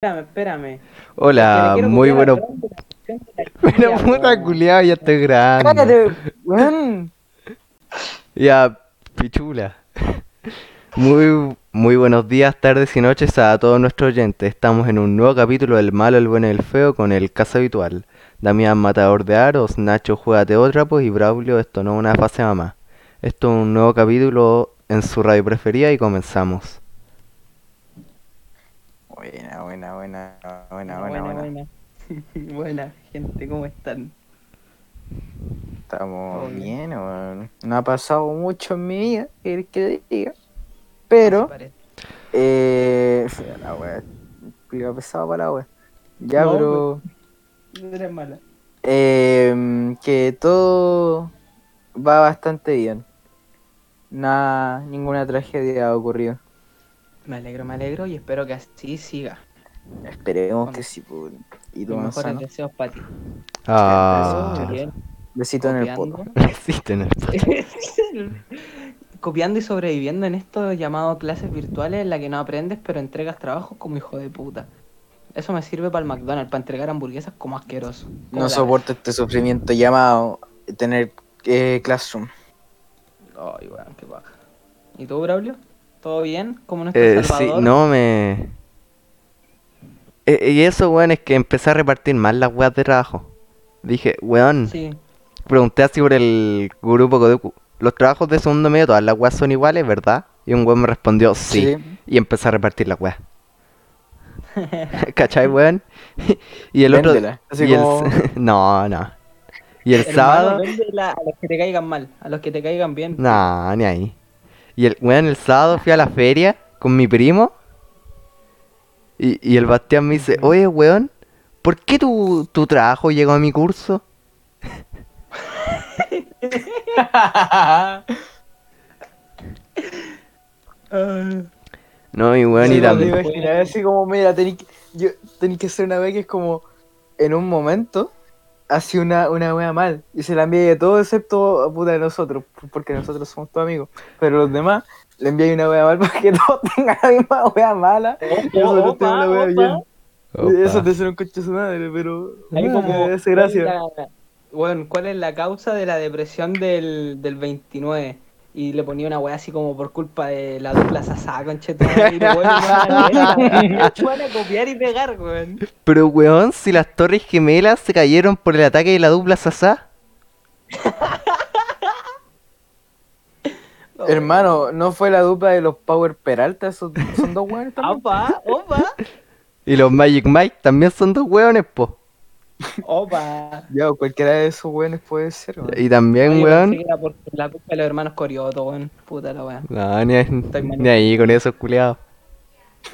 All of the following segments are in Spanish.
Espérame, espérame. Hola, Porque le quiero muy copiar a bueno. Trump la canción de la Pero cumbia, puta weón. culiado, ya estoy grande. Cállate, weón. Ya, pichula. Muy, muy buenos días, tardes y noches a todos nuestros oyentes. Estamos en un nuevo capítulo del Malo, el Bueno y el Feo con el caso habitual. Damián Matador de Aros, Nacho Juega Teótrapos y Braulio Esto no es una fase mamá. Esto es un nuevo capítulo en su radio preferida y comenzamos. Buena, buena, buena, buena, buena, buena. Buena, buena. Buena, gente, ¿cómo están? Estamos Todo bien. bien, weón. No ha pasado mucho en mi vida, el que diga. Pero, Parece. eh. fea La wea. Cuidado pesado para la wea. Ya, No, pero. No eres mala. Eh, que todo va bastante bien. Nada, ninguna tragedia ha ocurrido. Me alegro, me alegro y espero que así siga. Esperemos Con- que sí, weón. Y Los tú, mejores Manzano. deseos para ti. Ah, Eso, Bien, Besito en el poto. copiando. existe en el Copiando y sobreviviendo en esto llamado clases virtuales en la que no aprendes pero entregas trabajos como hijo de puta. Eso me sirve para el McDonald's, para entregar hamburguesas como asqueroso. Como No la- soporto este sufrimiento llamado tener eh, Classroom. Ay, weón, qué paja. ¿Y tú, Braulio? ¿Todo bien? ¿Cómo no Eh, estás, sí, Salvador? no me. Eh, y eso, weón, es que empecé a repartir mal las weas de trabajo. Dije, weón, Sí, pregunté así por el grupo Kodoku. Los trabajos de segundo medio, todas las weas son iguales, ¿verdad? Y un weón me respondió, sí. Y empecé a repartir las weas. ¿Cachai, weón? y el otro. Véndela, así y el- como- no, no. Y el Hermano, sábado. véndela a los que te caigan mal, a los que te caigan bien. No, ni ahí. Y el, weón, el sábado fui a la feria con mi primo. Y, y el Bastián me dice, oye, weón, ¿por qué tu, tu trabajo llegó a mi curso? No, y weón, Sí, y Bueno, también- no, me también... imagino, así como, mira, tenéis que, yo, tenéis que hacer una vez que es como, en un momento, hace una, una wea mal, y se la envía de todo excepto a puta de nosotros, porque nosotros somos tus amigos, pero los demás le enviáis una wea mal para que todos tengan la misma wea mala, Oh, y nosotros opa, tenemos la wea opa. bien. Opa. Eso te hicieron concha de su madre, pero Ahí ah, como, me hace gracia. ¿cuál es la- Bueno, ¿cuál es la causa de la depresión del, del 29? Y le ponía una weá así como por culpa de la dupla Sasá, conchetumare, y lo vuelve una mierda. Van a copiar y pegar, weón. Pero, weón, si las torres gemelas se cayeron por el ataque de la dupla Sasá. Hermano, ¿no fue la dupla de los Power Peralta? Esos- son dos weones Ah, también. Opa, opa, Y los Magic Mike también son dos weones, po. opa. Ya, cualquiera de esos weones puede ser, weón. Y también, Oye, weón... pensé que era por la culpa de los hermanos Corioto, weón. Puta la weá. No, ni, ahí- mal. ni ahí con esos culiados.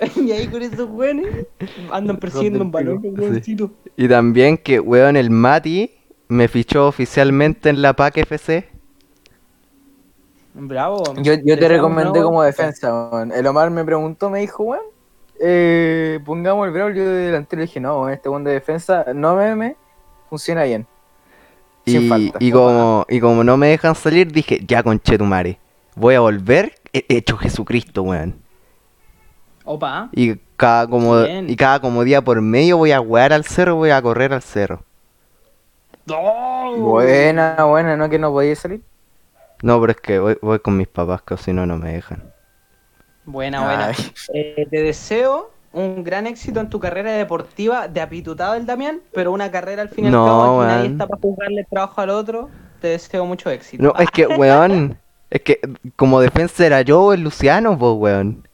y ahí con esos weones andan persiguiendo un balón, weoncito. Y también que, weón, el Mati me fichó oficialmente en la PAC FC. Bravo. Yo, yo te Deseamos recomendé nuevo- como defensa, weón. El Omar me preguntó, me dijo, weón, eh, pongamos el Braulio de delantero. Le dije, no, weón, este weón de defensa, no meme, funciona bien. Sin y, falta. y como, y como no me dejan salir, dije, ya conchetumare, voy a volver he- hecho Jesucristo, weón. Opa. Y cada como Bien. y cada como día por medio voy a wear al cerro, voy a correr al cerro. ¡No! Buena, buena, ¿no? Que no podía salir. No, pero es que voy, voy con mis papás, que si no, no me dejan. Buena, buena. Ay. Eh, te deseo un gran éxito en tu carrera deportiva de apitutado el Damián, pero una carrera al fin y al No, cabo aquí nadie weón. está para jugarle el trabajo al otro. Te deseo mucho éxito. No, es que, weón, es que como defensa era yo o el Luciano, vos, weón.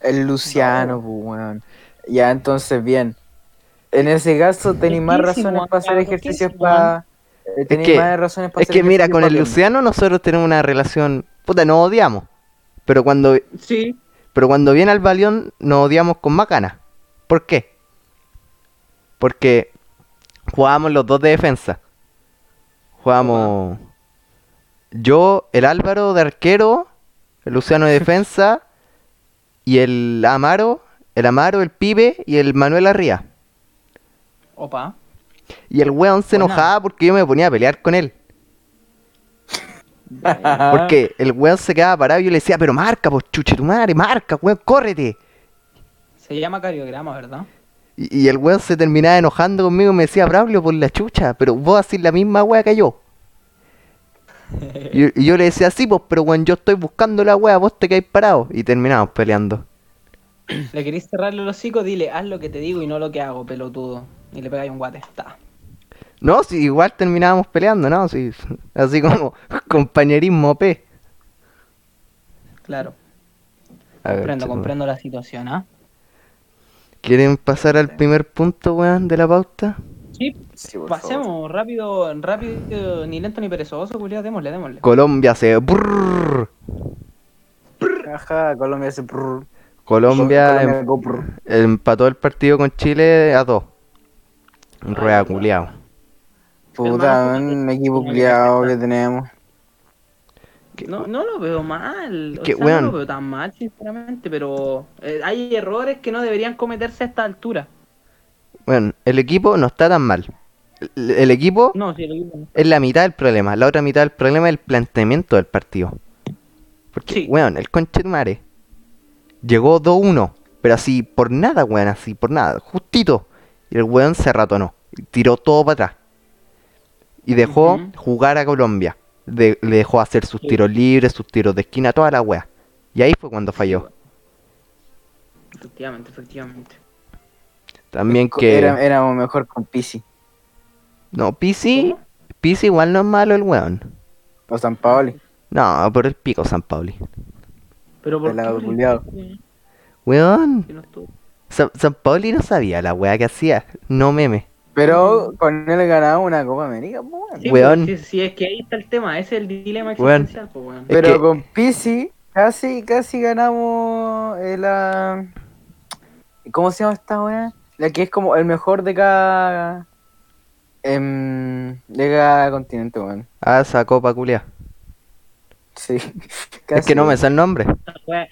El Luciano, pues, weón. Ya, entonces, bien. En ese caso, tenéis más Loquísimo, razones para hacer weón, ejercicios loquísimo, para. Tenéis que- más razones para Es que hacer mira, ejercicio con pa' Pues el bien. Luciano nosotros tenemos una relación, puta, nos odiamos. Pero cuando Sí, Pero cuando viene al Balión nos odiamos con más ganas. ¿Por qué? Porque jugábamos los dos de defensa. Jugábamos yo, el Álvaro de arquero, el Luciano de defensa y el Amaro, el Amaro, el Pibe y el Manuel Arría. opa. Y el weón se Buena. enojaba porque yo me ponía a pelear con él. Ah. Porque el weón se quedaba parado y yo le decía, pero marca, pues chuche tu madre, marca, weón, córrete. Se llama cariograma, ¿verdad? Y, y el weón se terminaba enojando conmigo y me decía, Braulio, por la chucha, pero vos hacís la misma weá que yo. Y, y yo le decía, sí, pues, pero weón, yo estoy buscando la weá, vos te quedáis parado. Y terminamos peleando. Le querés cerrarle el hocico, dile, haz lo que te digo y no lo que hago, pelotudo. Y le pegáis un guate. Ta. No, si igual terminábamos peleando, ¿no? Sí, así como compañerismo P. Claro. A ver, Comprendo, chuta. comprendo la situación, ¿ah? ¿Quieren pasar al primer punto, weón, de la pauta? Sí, Sí, por pasemos rápido, rápido, ni lento ni perezoso, culiado, démosle, démosle. Colombia se... brrr. favor. Ajá, Colombia hace prrr. Colombia Colombia em- go prrr. empató el partido con Chile a dos. Ah, Rueda culiao. Puta, un equipo culiado que tenemos. No, no lo veo mal, o Que, sea, weón. no lo veo tan mal, sinceramente, pero eh, hay errores que no deberían cometerse a esta altura. Bueno, el equipo no está tan mal. El, el equipo No, sí, lo digo. es la mitad del problema. La otra mitad del problema es el planteamiento del partido. Porque, Sí. weón, el conchetumare llegó 2-1. Pero así, por nada, weón, así, por nada. Justito. Y el weón se ratonó. y Tiró todo para atrás. Y dejó Ujú. jugar a Colombia. De- le dejó hacer sus Sí. tiros libres, sus tiros de esquina, toda la wea. Y ahí fue cuando falló. Efectivamente, efectivamente. También que... Era- éramos mejor con Pisi. No, Pisi... ¿Cómo? Pisi igual no es malo el weón. O San Paoli. No, por el pico San Pauli. Pero por Pelado qué, culiao. weón, Weón, que no estuvo? San, San Pauli no sabía la weá que hacía. No meme. Pero con él ganamos una Copa América, pues, weón. Sí, Weón. pues, sí, sí, es que ahí está el tema, ese es el dilema Weón. Eh. existencial, pues, weón. Es Pero que- con Pisi casi, casi ganamos eh, la... ¿Cómo se llama esta weá? La que es como el mejor de cada... em, de cada continente, weón. Ah, esa copa culia. Sí. Es casi, que no me weón. sé el nombre. Weón.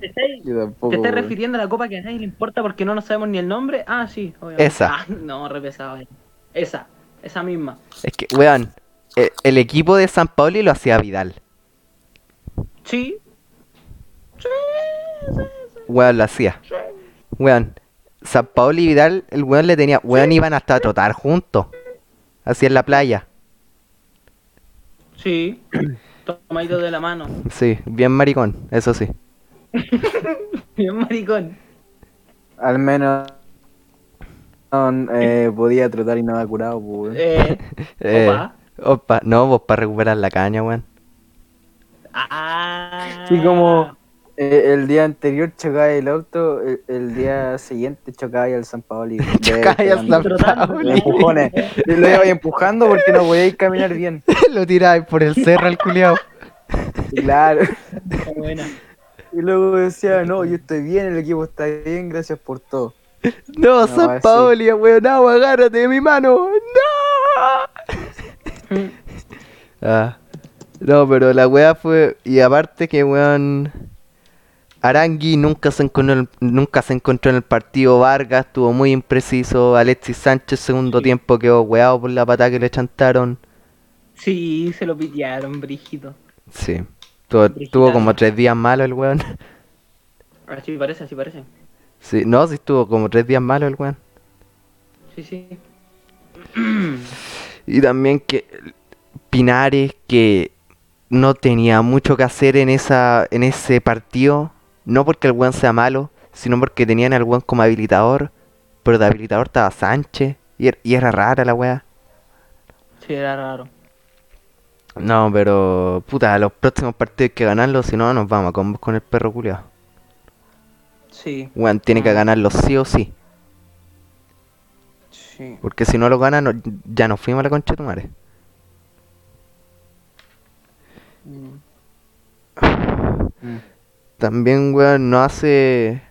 ¿Te estáis- Yo tampoco, ¿Te estás weón. refiriendo a la copa que a nadie le importa porque no nos sabemos ni el nombre? Ah, sí, obviamente. Esa. Ah, no, repesado. Esa, esa misma. Es que, weón, el, el equipo de San Pauli lo hacía Vidal. Sí. Sí, sí, Weón lo hacía. sí. Weón, San Pauli y Vidal, el weón le tenía. Weón iban hasta a trotar juntos. Así en la playa. Sí. Tomadito de la mano. Sí, bien maricón, eso sí. Bien maricón. Al menos... no, eh, podía tratar y nada curado, pues, weón. Eh, Eh, opa. opa, no, vos para recuperar la caña, weón. Ah. Sí, como eh, el día anterior chocaba el auto, el, el día siguiente chocaba el San Paoli. este Chocaba al San Pauli. Lo empujones. Y lo iba empujando porque no podía ir caminar bien. lo tiraba por el cerro el culiao. Y Claro. Está buena. Y luego decía, no, yo estoy bien, el equipo está bien, gracias por todo. No, ahora San sí. Paoli, weón, no, agárrate de mi mano. No. Ah, no, pero la weá fue. Y aparte que weón. Arangui nunca se, encontró en el, nunca se encontró en el partido. Vargas estuvo muy impreciso. Alexis Sánchez, segundo tiempo, quedó weado por la patada que le chantaron. Sí, se lo pitearon, brígido. Sí. Tuvo, tuvo como tres días malo el weón. Así Ah, parece, así parece. Sí, no, sí, estuvo como tres días malo el weón. Sí, sí. Y también que Pinares, que no tenía mucho que hacer en, esa, en ese partido, no porque el weón sea malo, sino porque tenían al weón como habilitador, pero de habilitador estaba Sánchez, y, er- y era rara la weá. Sí, era raro. No, pero puta, los próximos partidos hay que ganarlos, si no nos vamos a combos con el perro culiao. Sí. Weón tiene que Mm. ganarlos sí o sí, Sí. porque si no los gana no- ya nos fuimos a la concha de tu madre. Mm. Mm. También, weón, no hace.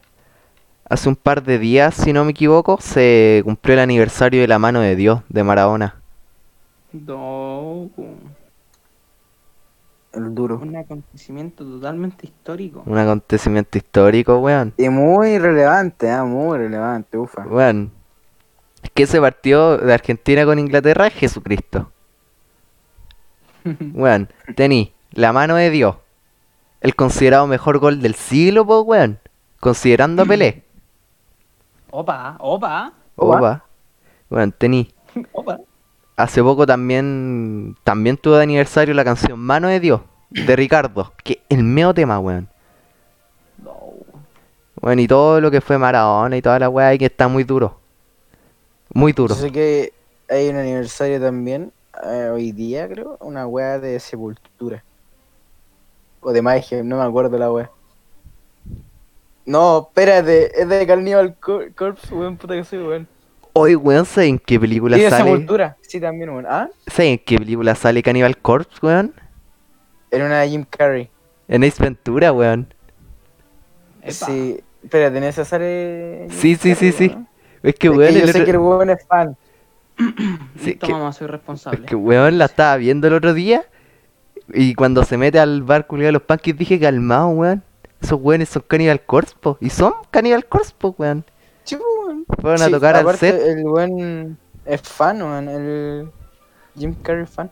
Hace un par de días, si no me equivoco, se cumplió el aniversario de la mano de Dios de Maradona. No. El duro. Un acontecimiento totalmente histórico. Un acontecimiento histórico, weón. Y muy relevante, ah, muy relevante, ufa. Weón. Es que ese partido de Argentina con Inglaterra es Jesucristo. Weón, tení la mano de Dios. El considerado mejor gol del siglo, po, weón. Considerando a Pelé. Opa, opa, Opa. Opa. Bueno, tení. opa. Hace poco también también tuvo de aniversario la canción Mano de Dios de Ricardo, que el medio tema, weón. No. Bueno, y todo lo que fue Maradona y toda la weá, y que está muy duro. Muy duro. Yo sé que hay un aniversario también, eh, hoy día creo, una wea de sepultura. O de magia, no me acuerdo la wea. No, espérate, es de Carnival Cor- Corpse, weón, puta que soy, weón. Hoy, weón, ¿saben en qué Y película de sale? sepultura, sí también, weón. ¿Ah? ¿Saben en qué película sale Cannibal Corpse, weón? Era una de Jim Carrey. En Ace Ventura, weón. Epa. Sí, espérate, ¿necesario? Sí, sí, sí, sí. Es que, Que, weón, yo el sé otro- que el weón es fan. Sí, Listo, que- mamá, soy responsable. Es que, weón, la estaba viendo el otro día. Y cuando se mete al bar culiado de los panques, dije, calmado, weón. Esos weones son Cannibal Corpse, po. Y son Cannibal Corpse, po, weón. Sí, weón. Fueron a Sí, tocar al aparte, set. El weón es fan, weón. El Jim Carrey es fan.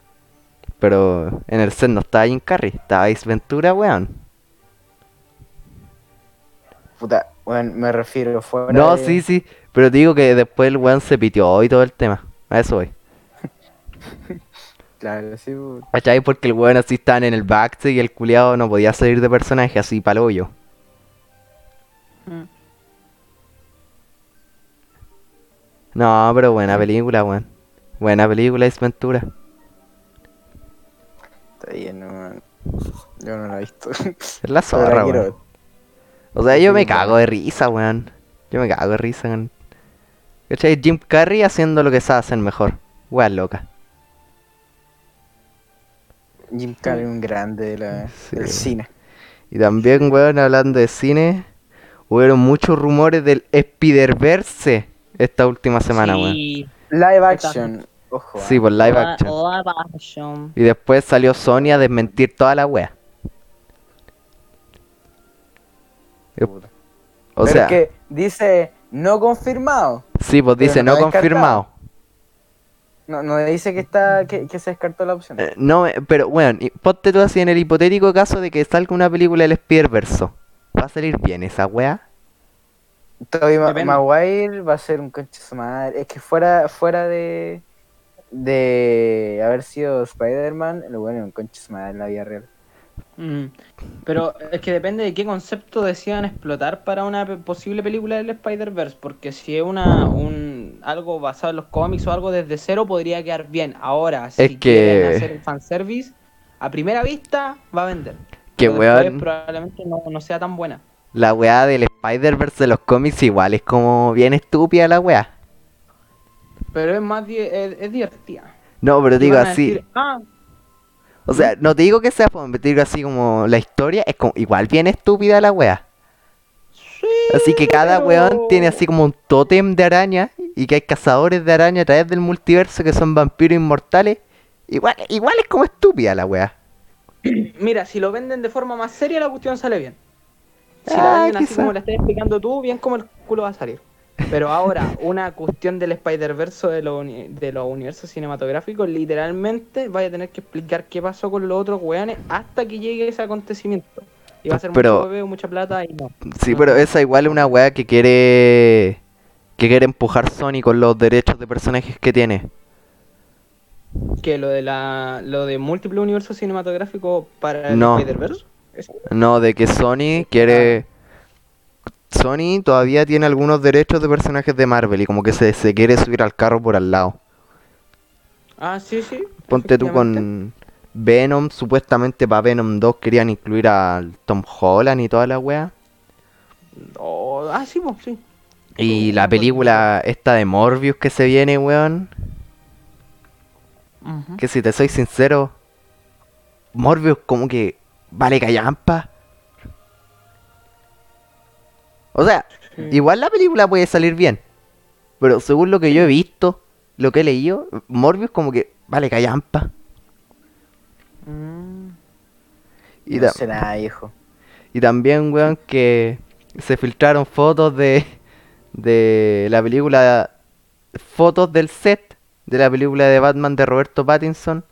Pero en el set no estaba Jim Carrey, estaba Ace Ventura, weón. Puta, weón, me refiero fuera. No, de- sí, sí. Pero te digo que después el weón se pitió y todo el tema. A eso voy. Claro, sí, weón. ¿Cachai? Porque el weón así estaban en el backstage y el culiado no podía salir de personaje así palo yo. Mm. No, pero buena película, weón. Buena película, Ace Ventura. Está bien, weón. Yo no la he visto. Es la Pero la zorra, quiero weón. ver. O sea, yo me Quiero cago de risa, weón. Yo me cago de risa, weón. ¿Cachai? Jim Carrey haciendo lo que sabe hacer mejor. Weón loca. Jim Carrey, un grande de la- Sí, del weón. cine. Y también, weón, hablando de cine, hubieron muchos rumores del Spider-Verse esta última semana, weón. sí. Ah, Live action. Ojo. ah. Sí, por live Oda- action. Oda Passion. Y después salió Sony a desmentir toda la wea. ah, puta. O Pero sea, es que dice no confirmado. sí, pues pero dice no no descartado. confirmado. No, no dice que está que, que se descartó la opción. Eh, no, eh, pero weón, y ponte tú así en el hipotético caso de que salga una película del Spider-Verse. ¿Va a salir bien esa wea? Tobey Ma- Depende. Maguire va a ser un concha de su madre. Es que fuera, fuera de, de haber sido Spider-Man, el bueno es un concha de su madre en la vida real. Mm. Pero es que depende de qué concepto decidan explotar para una pe- posible película del Spider-Verse, porque si es una un algo basado en los cómics o algo desde cero podría quedar bien. Ahora, si Es que- quieren hacer fanservice, a primera vista va a vender. Que Pero después weón, probablemente no, no sea tan buena. la wea del Spider-Verse de los cómics igual es como bien estúpida la wea. Pero es más di- es, es divertida. No, pero Y digo van a así. decir, "Mm". "Ah, O sea, no te digo que sea fome, te digo así como la historia es como igual bien estúpida la wea. sí, Así que cada pero- weón tiene así como un tótem de araña y que hay cazadores de araña a través del multiverso que son vampiros inmortales. Igual, igual es como estúpida la wea. Mira, si lo venden de forma más seria, la cuestión sale bien. Si Ah, la venden así quizá. como la estás explicando tú, bien como el culo va a salir. Pero ahora, una cuestión del Spider-Verse o de, lo uni- de los universos cinematográficos, literalmente vaya a tener que explicar qué pasó con los otros weones hasta que llegue ese acontecimiento. Y va a ser Pero- mucho hueveo, mucha plata y no. Sí, pero esa igual es una wea que quiere que quiere empujar Sony con los derechos de personajes que tiene. Que lo de la lo de múltiples universos cinematográficos para el No. Spider-Verse. ¿Eso? No, de que Sony quiere Sony todavía tiene algunos derechos de personajes de Marvel y como que se, se quiere subir al carro por al lado. Ah, sí, sí. Ponte tú efectivamente. con Venom, supuestamente para Venom 2 querían incluir al Tom Holland y toda la wea. Oh, ah, sí, pues, sí. Y Uh, la por película esta de Morbius que se viene, weón. Ujú. Que si te soy sincero, Morbius como que vale callampa. O sea, Sí. igual la película puede salir bien. Pero según lo que yo he visto, lo que he leído, Morbius como que vale callampa. Mm. Y, no ta- sé nada, hijo. y también, weón, que se filtraron fotos de, de la película, fotos del set de la película de Batman de Roberto Pattinson.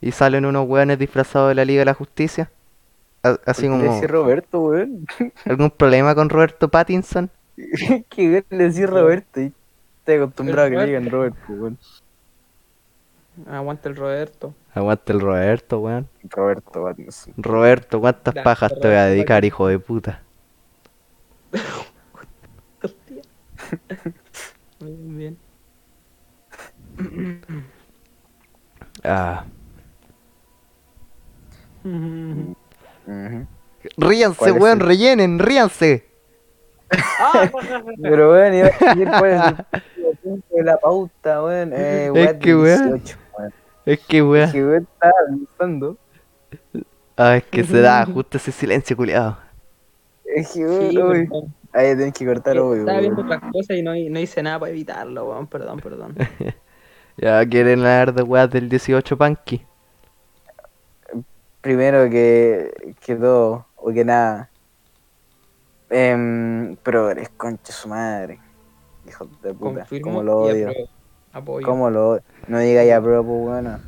Y salen unos weones disfrazados de la Liga de la Justicia. A- Así ¿Por qué le como... decís Roberto, weón. ¿Algún problema con Roberto Pattinson? Qué bien decir Roberto. y Estoy acostumbrado a que me Roberto. digan Roberto, weón. Aguanta el Roberto. Aguanta el Roberto, weón. Roberto Pattinson. Roberto, ¿cuántas Ya, pajas te voy a Roberto, dedicar, hijo de puta? Bien, bien. Ah. Ujú. Ríanse, ¿Cuál es weón, el- rellenen, ríanse. Ah, ja, ja, ja. Pero bueno, iba a decir cuál es el punto de la pauta, weón. Eh, Es weón, que, weón. 18, weón. Es que, weón. Que weón estaba pensando. Ah, es que se da justo ese silencio, culiado. Es que, weón, Sí, uy. perdón. Ahí tenés que cortar, obvio. Estaba viendo weón. otras cosas y no, no hice nada para evitarlo, weón. Perdón, perdón. Ya quieren hablar de weas del 18 Punky. Primero que, que todo, o que nada. Em, progres, concha su madre. Hijo de puta, Confirmo. cómo lo y odio. apruebo. Apoyo. Cómo lo odio. No diga ya, pero pues bueno.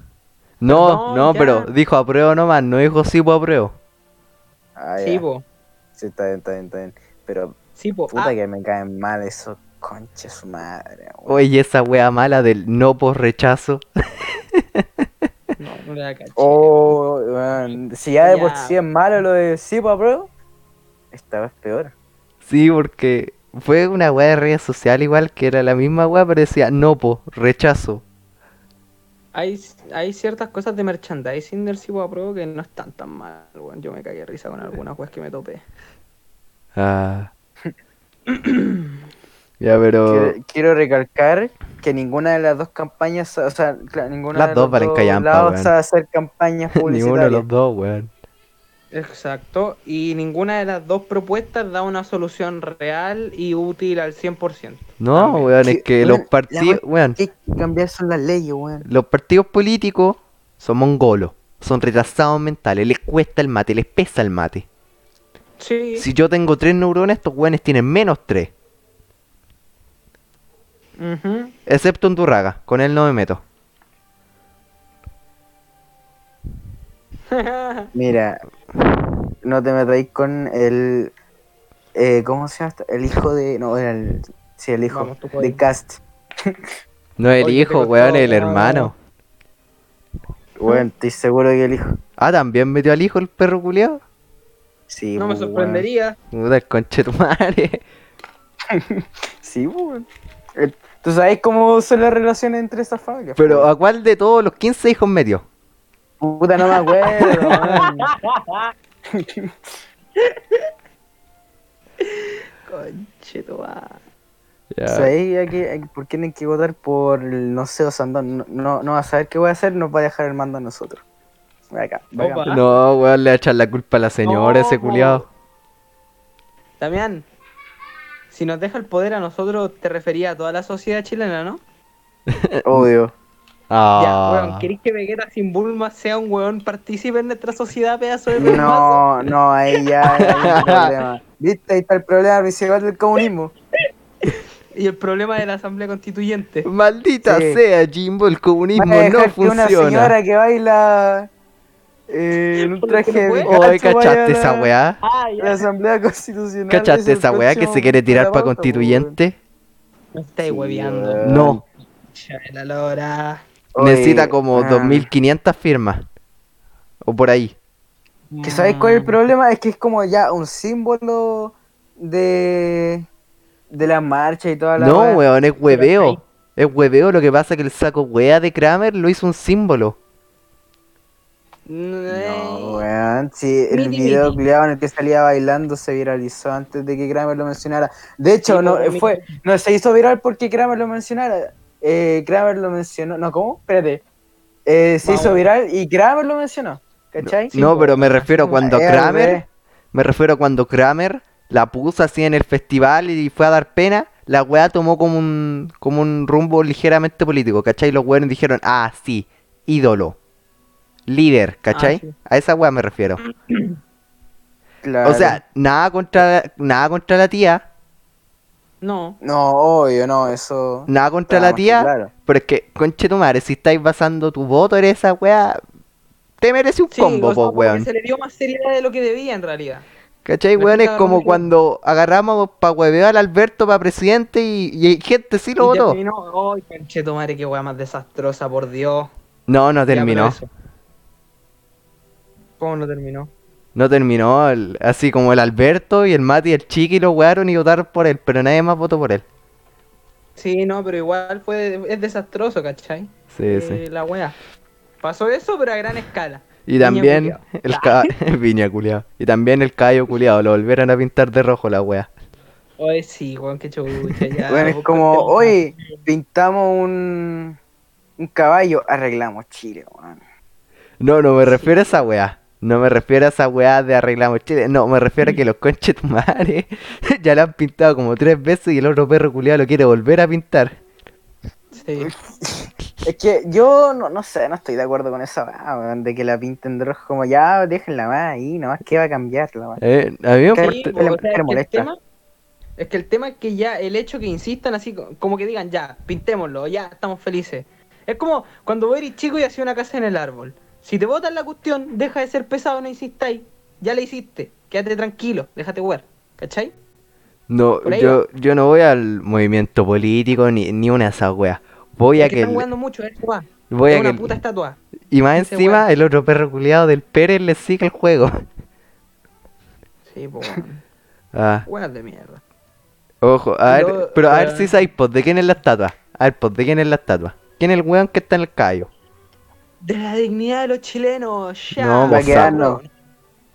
No, Perdón, no, ya. pero dijo apruebo nomás, no dijo sí, pues apruebo. Ah, ya. Sí, po. Sí, está bien, está bien, está bien. Pero Sí, po. puta Ah, que me caen mal esos conches su madre. weón. Oye, esa wea mala del no por rechazo. No, no le da caché. Oh, weón, si ya de por Ya. sí es malo lo de sí, pa, bro. Esta vez peor. Sí, porque fue una wea de redes social igual que era la misma wea, pero decía no po, rechazo. Hay, hay ciertas cosas de merchandising del Cibo Pro que no están tan mal, weón. Yo me cagué de risa con algunas weas que me topé. Ah. ya, pero Quiero, quiero recalcar que ninguna de las dos campañas, o sea, cla- ninguna Las de dos los valen callampa, lados weón. sabe hacer campañas ninguno de publicitarias. los dos, weón. Exacto. Y ninguna de las dos propuestas da una solución real y útil al 100%. No, También. weón, es Sí, que weón, los la partidos, weón, ¿Qué hay que cambiar son las leyes, weón? los partidos políticos son mongolos, son retrasados mentales, les cuesta el mate, les pesa el mate. Sí. Si yo tengo tres neuronas, estos weones tienen menos tres. Ujú. Excepto un Durraga, con él no me meto. Mira, no te metáis con el. Eh, ¿Cómo se llama? esto? El hijo de. No, era el. Sí, el hijo Vamos, tú puedes. de Cast. No Oye, el te hijo, costó, weón, el weón. hermano. Weón, estoy seguro que el hijo. Ah, también metió al hijo el perro culiado. Sí, no me weón. sorprendería. Puta, el conchetumare. Sí, weón. Eh, ¿Tú sabes cómo son las relaciones entre estas familias? Pero ¿a cuál de todos los 15 hijos metió? Puta, no me acuerdo, weón. Conchito, va. ¿Sabéis a qué- a- por qué tienen que votar por el no sé, Osandón? No, no, no va a saber qué voy a hacer, nos va a dejar el mando a nosotros. Acá, acá. Opa. No, weón, le va a echar la culpa a la señora No. ese culiado. Damián, si nos deja el poder a nosotros, te refería a toda la sociedad chilena, ¿no? Obvio. Ya, weón, Ah. ¿queréis que Vegeta sin Bulma sea un weón partícipe en nuestra sociedad, pedazo de pelmazo? No, no, ahí ya hay un problema. ¿Viste? Ahí está el problema principal del comunismo. Y el problema de la asamblea constituyente. Maldita Sí. sea, Jimbo, el comunismo Van a no dejar que una funciona. señora que baila eh, en un Porque traje no de puede. Pikachu Oye, vaya a ¿cachaste la- esa weá? Ah, a La asamblea constitucional. es ¿Cachaste el esa weá que próximo se quiere tirar para punto de la pauta, constituyente? Me estáis Sí, hueveando. weón. No, Chala, Lora. po, weón. necesita Oye, como ah. 2500 firmas. O por ahí. ¿Que sabes cuál Mm. es Mm. el problema? Es que es como ya un símbolo de, de la marcha y toda la. No, wea. weón, es ahí- hueveo. Es hueveo, lo que pasa es que el saco wea de Kramer lo hizo un símbolo. No, No, weón. Sí, el Miti, video miti. culiado en el que salía bailando se viralizó antes de que Kramer lo mencionara. De hecho, Sí, no, weón, mi- fue, no se hizo viral porque Kramer lo mencionara. Eh, Kramer lo mencionó. No, ¿cómo? Espérate. Eh, se Vamos. hizo viral y Kramer lo mencionó. ¿Cachai? no, pero me refiero Mm, cuando eh, Kramer, weón. me refiero cuando Kramer la puso así en el festival y fue a dar pena, la wea tomó como un, como un rumbo ligeramente político, ¿cachai? Los weones dijeron, ah, sí, ídolo, líder, Ah, ¿cachai? sí. A esa wea me refiero. Claro. O sea, nada contra, nada contra la tía, no. No, obvio, no, eso. nada contra Estaba la más que tía, claro. pero es que, conche tu madre, si estáis basando tu voto en esa wea, te merece un Sí, combo, o sea, po, como que weón. se le dio más seriedad de lo que debía en realidad. ¿Cachai, Me weón? Es gusta como mucho. cuando agarramos para huevear al Alberto para presidente y, y gente sí lo Y votó. terminó, ay, conchetumare, qué weá más desastrosa, por Dios. No, no Ya, pero terminó. eso. ¿Cómo no terminó? No terminó. el- así como el Alberto y el Mati y el Chiqui lo huearon y votaron por él, pero nadie más votó por él. Sí, no, pero igual fue, es desastroso, ¿cachai? Sí, sí. Eh, La wea. Pasó eso, pero a gran escala. Y Viña también culiao. el ca... Viña culiao. Y también el callo culiao. Lo volvieron a pintar de rojo la wea. Oye, sí, weón, qué chucha, ya. Bueno, es vos como, cortemos. oye, pintamos un, un caballo, arreglamos Chile, weón. No, no me refiero a esa weá. No me refiero a esa weá de arreglamos Chile. No, me refiero a Mm. que los conchetumares ya la han pintado como tres veces y el otro perro culiado lo quiere volver a pintar. Sí. Es que yo no, no sé, no estoy de acuerdo con esa weá, weón, de que la pinten de rojo, como ya, déjenla más ahí, nomás que va a cambiar la weá. Eh, a mí me ¿Qué? importa- Sí, po, o sea, es que el molesta. tema es que el tema es que ya el hecho que insistan así, co- como que digan, ya, pintémoslo, ya, estamos felices. Es como cuando eres chico y hacía una casa en el árbol. Si te botan la cuestión, deja de ser pesado, no insistáis. Ya la hiciste, quédate tranquilo, déjate jugar. ¿Cachai? No, por ahí yo, yo no voy al movimiento político ni, ni una de esas weas. Voy Es a que que. están el- jugando mucho, eso va. Voy es a que una el- puta estatua. y más ese encima, weón. el otro perro culiado del Pérez le sigue el juego. Sí, po, Ah, weón de mierda. ojo, a Y ver, luego, pero a eh, ver si sabéis, pues, ¿de quién es la estatua? A ver, pues, ¿de quién es la estatua? ¿Quién es el weón que está en el callo? De la dignidad de los chilenos, ya. No, Va a quedarnos.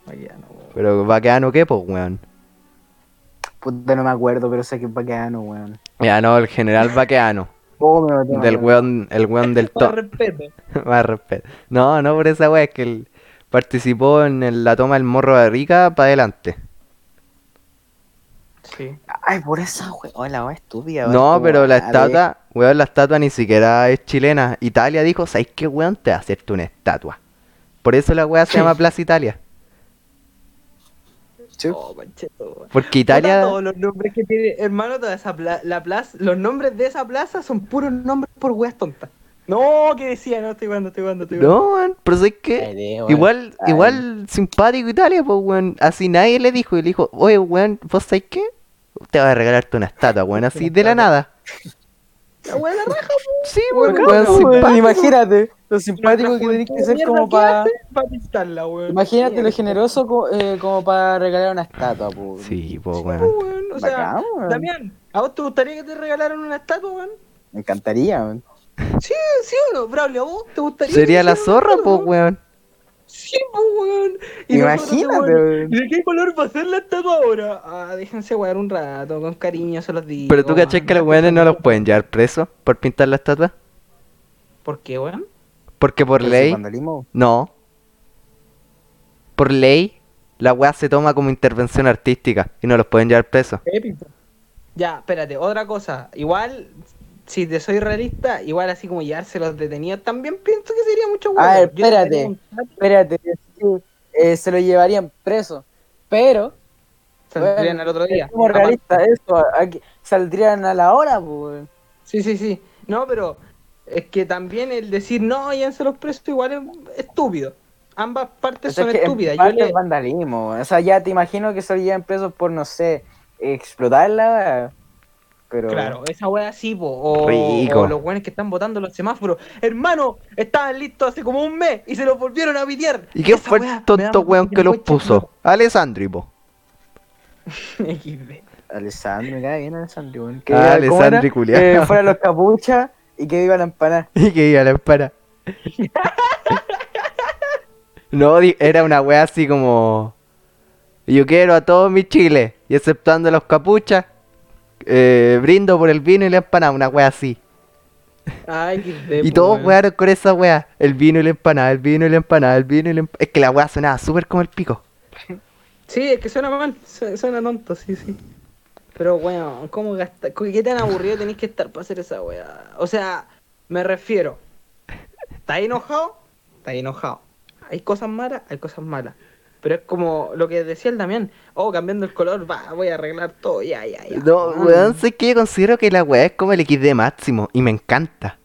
Va a quedarnos, po. Pero va quedando qué, pues, weón. Puta, no me acuerdo, pero sé que es bacano, weón. Ya no, el general vaqueano. Oh, me maté, del weón. weón, el weón del Con top. respeto. Más respeto. No, no por esa wea, es que él participó en el- la toma del morro de Rica para adelante. Sí. Ay, por esa weón, oh, la weá estúpida, weón, No, como, pero la pues, a ver, estatua, weón, la estatua ni siquiera es chilena. Italia dijo, ¿sabes qué weón? Te va a hacerte una estatua. Por eso la wea se llama Plaza Italia. sí. Oh, mancheto. Porque Puta, Italia. Todos los nombres que tiene, hermano, toda esa pla- la plaza, los nombres de esa plaza son puros nombres por weas tontas. No, que decía, no estoy jugando, estoy jugando, estoy jugando. No, weón, pero ¿sabes Ay, qué? de, weón. Igual, Ay. igual simpático Italia, pues weón. Así nadie le dijo. Y le dijo, oye weón, ¿vos sabés qué? Te vas a regalarte una estatua, weón, así de la nada. La wea de la raja, Sí, weón, Weón, weón, weón, simpático. imagínate lo simpático que tenés que ser como para. Para pintarla, weón. Imagínate lo generoso co- eh, como para regalar una estatua, po. Sí, pues Oh, weón. weón, O sea, Bacán, weón. Damián, ¿a vos te gustaría que te regalaran una estatua, weón? Me encantaría, weón. Sí, sí o no, Braulio, ¿a vos te gustaría? que Sería te la hicieran zorra, una pues estatua? weón. Sí, pues, weón. nosotros, Imagínate, weón, weón. ¿De qué color va a ser la estatua ahora? Ah, déjense wear un rato, con cariño se los digo. Pero tú cachás que los weones no los pueden llevar presos por pintar la estatua. ¿Por qué, weón? Porque por Pero si ley. vandalismo, No. Por ley, la weá se toma como intervención artística y no los pueden llevar presos. Ya, espérate, otra cosa. Igual, si te soy realista, igual así como llevarse los detenidos, también pienso que sería mucho weón. A ver, espérate. Espérate, sí, eh, se lo llevarían preso. Pero, Saldrían Bueno, al otro día. como Aparte- realista eso, a- a que saldrían a la hora, po, weón. Sí, sí, sí. No, pero es que también el decir no, llévense los presos, igual es estúpido. Ambas O partes sea, son que en estúpidas. Yo parte le- es vandalismo, weón. O sea, ya te imagino que se lo llevan presos por, no sé, explotarla, weón. Pero. Claro, esa wea sí, po. O, Rico. o los weones que están votando los semáforos. Hermano, estaban listos hace como un mes y se los volvieron a pitear. ¿Y qué Esa fue wea el me da tonto weón que los vergüenza, puso? Alessandri, po. hermano. XD. Alessandro, me cae bien Alessandro, weón. Que Ah, viva- Alessandro ¿cómo era? y culiao. Que fuera los capuchas y que viva la empanada. Y que iba a la espera. No, di- era una wea así como. Yo quiero a todos mis chiles, y exceptuando a los capuchas, eh, brindo por el vino y la empanada, una wea así. Ay, XD. Y po, todos pues, weón. wearon con esa wea, el vino y la empanada, el vino y la empanada, el vino y la empanada. Es que la wea sonaba súper como el pico. Sí, es que suena mal, su- suena tonto, sí, sí. Pero weón, ¿cómo gastar? ¿Qué tan aburrido tenéis que estar para hacer esa wea? O sea, me refiero. ¿Estás enojado? Estás enojado. Hay cosas malas, hay cosas malas. Pero es como lo que decía el Damián, oh, cambiando el color, va, voy a arreglar todo, ya, ya, ya. No, Ah, weón, sé que yo considero que la wea es como el XD máximo, y me encanta.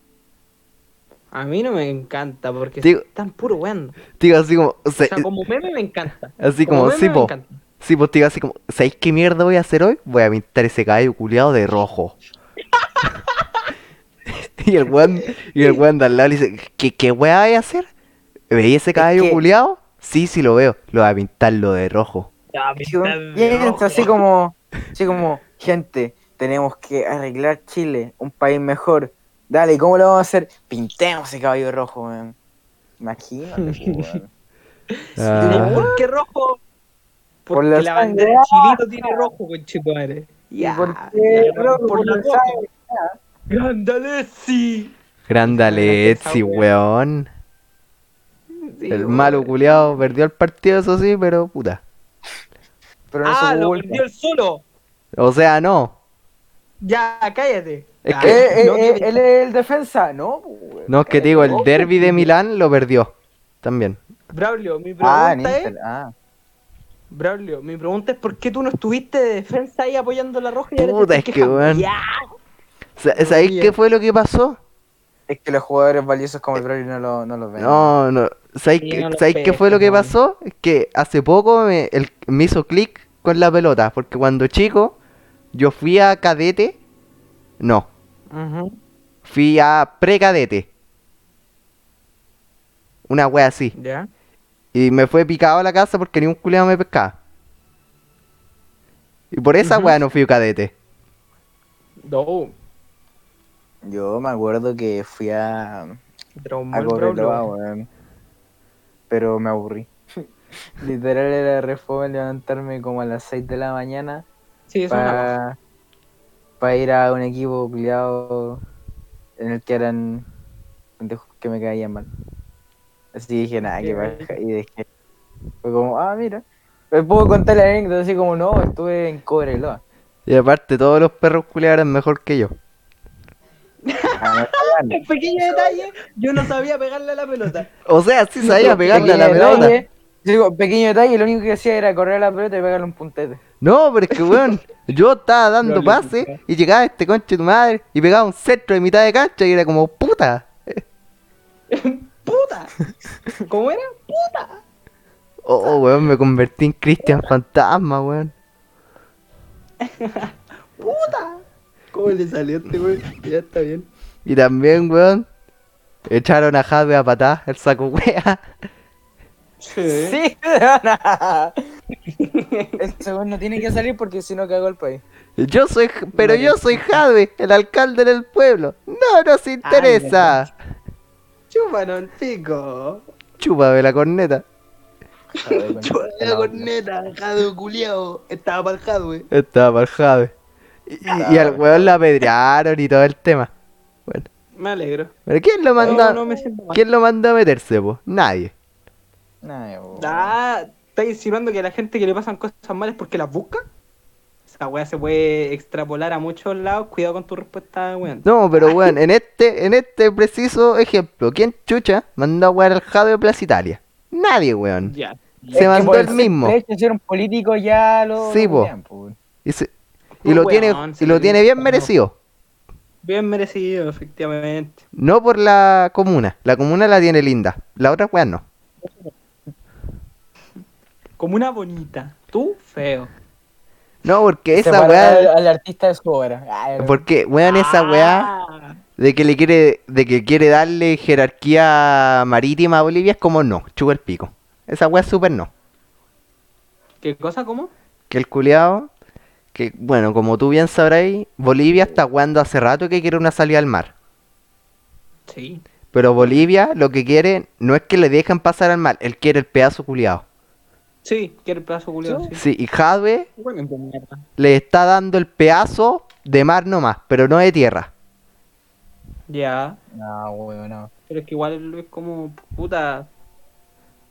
A mí no me encanta porque Digo- están puro weando. Digo, así como, o O sea, sea, como meme me encanta. así como, meme sí, me po. encanta. Sí, pues te iba así como, ¿sabéis qué mierda voy a hacer hoy? Voy a pintar ese caballo culiado de rojo. y el weón, y el weón de al lado le dice, ¿qué, qué weá voy a hacer? ¿Veis ese caballo que- culiado? Sí, sí lo veo. Lo voy a pintarlo de rojo. Ya, Y pintar un- de y es rojo. así como, así como, gente, tenemos que arreglar Chile, un país mejor. Dale, ¿cómo lo vamos a hacer? Pintemos ese caballo rojo, weón. Imagínate, po, weón. ¿Y Ah, ¿Por qué rojo? Por Porque la la bandera de Chilito tiene rojo, conchetumare. ¿Y Ya, por ya, qué, por- bro? por Ah, Por la la rojo. sangre. Grandalesi. Grandale, Esa Etsy, weón. Sí, El weón. malo culiado perdió el partido, eso sí, pero puta. Pero no Ah, se lo culpa. perdió el solo. O sea, no. Ya, cállate. Es Ya, que- Eh, eh, no, eh, que- él es el defensa, ¿no? po, weón. No, es que te digo, el Ojo, derby de culiao. Milán lo perdió. También. Braulio, mi pregunta Ah, en es, Inter, ah. Braulio, mi pregunta es ¿por qué tú no estuviste de defensa ahí apoyando a la roja y Puta, te es estás que, weón. Ya, Sa- ¿Sabéis Oye. qué fue lo que pasó? Es que los jugadores valiosos como el Broly no lo, no los ven. No, no. ¿Sabéis Sí, qué- no lo sabéis qué pesca, fue lo que weón. pasó? Que hace poco me, el- me hizo clic con la pelota. Porque cuando chico, yo fui a cadete. No, Ujú. fui a precadete. Una wea así. ya. Y me fue picado a la casa porque ni un culiao me pescaba. Y por esa Ujú. wea no fui a cadete. No, Yo me acuerdo que fui a, a Dragon Ball Cobreloa, Braulio. weón. Pero me aburrí. Literal era re fome levantarme como a las 6 de la mañana Sí, es una cosa. para ir a un equipo culiado en el que eran pendejos que me caían mal. Así que dije, nada, que baja. Y dejé. Fue como, ah, mira. Me puedo contar la anécdota así como, no, estuve en Cobreloa. Y aparte, todos los perros culiados eran mejor que yo. Ah, no, Un pequeño detalle, yo no sabía pegarle a la pelota. O sea, sí sabía pegarle a la Pequeño pelota. detalle, yo digo, pequeño detalle, lo único que hacía era correr a la pelota y pegarle un puntete. No, pero es que, weón, yo estaba dando Probable, pase puta. y llegaba este conche de tu madre y pegaba un centro de mitad de cancha y era como, puta. ¡Puta! ¿Cómo era? ¡Puta! Oh, weón, me convertí en Cristian Fantasma, weón. ¡Puta! ¿Cómo le salió este güey? Ya está bien. Y también, weón, echaron a Jadwe a patar el saco wea. Sí. Sí, el segundo tiene que salir porque si no cagó el país. Yo soy, J- pero yo soy Jadwe, el alcalde del pueblo. No nos interesa. Chúpalo el pico. Chúpame la corneta. Chúpalo la corneta, jado culiao. Estaba para el jadwe. Estaba para el Jadwe. Y, y- y al weón la apedrearon y todo el tema. Bueno. Me alegro. ¿Pero quién lo mandó? no me siento mal. ¿Quién lo mandó a meterse, po? Nadie. Ay, bo. Ah, ¿Estás insinuando que a la gente que le pasan cosas malas es porque las busca? Esa weá se puede extrapolar a muchos lados. Cuidado con tu respuesta, weón. No, pero weón, en este, en este preciso ejemplo, ¿quién chucha mandó a wear al Jado de Plaza Italia? Nadie, weón. Ya. Es Se que mandó por el mismo. simple hecho De ser un político ya lo. Sí, lo bo. culian, po. Y, se- y lo Weón, tiene, sí, y lo tiene bien no. merecido. Bien merecido, efectivamente. No por la comuna. La comuna la tiene linda. La otra weón no. Como una bonita. Tú, feo. No, porque esa Separar al, weá. Ah, al artista de su obra. Ay, bo. Porque, weón, esa weá Ah. de que le quiere, de que quiere darle jerarquía marítima a Bolivia es como no, chupa el pico. Esa weá es súper no. ¿Qué cosa? ¿Cómo? que el culiao, que bueno, como tú bien sabrás, Bolivia está jugando hace rato que quiere una salida al mar. Sí. Pero Bolivia lo que quiere no es que le dejen pasar al mar, él quiere el pedazo culiao. Sí, quiere el pedazo culiado. Sí. Sí, y Jadwe Bueno, de mierda. le está dando el pedazo de mar nomás, pero no de tierra. Ya. No, weón, no. Pero es que igual es como, puta.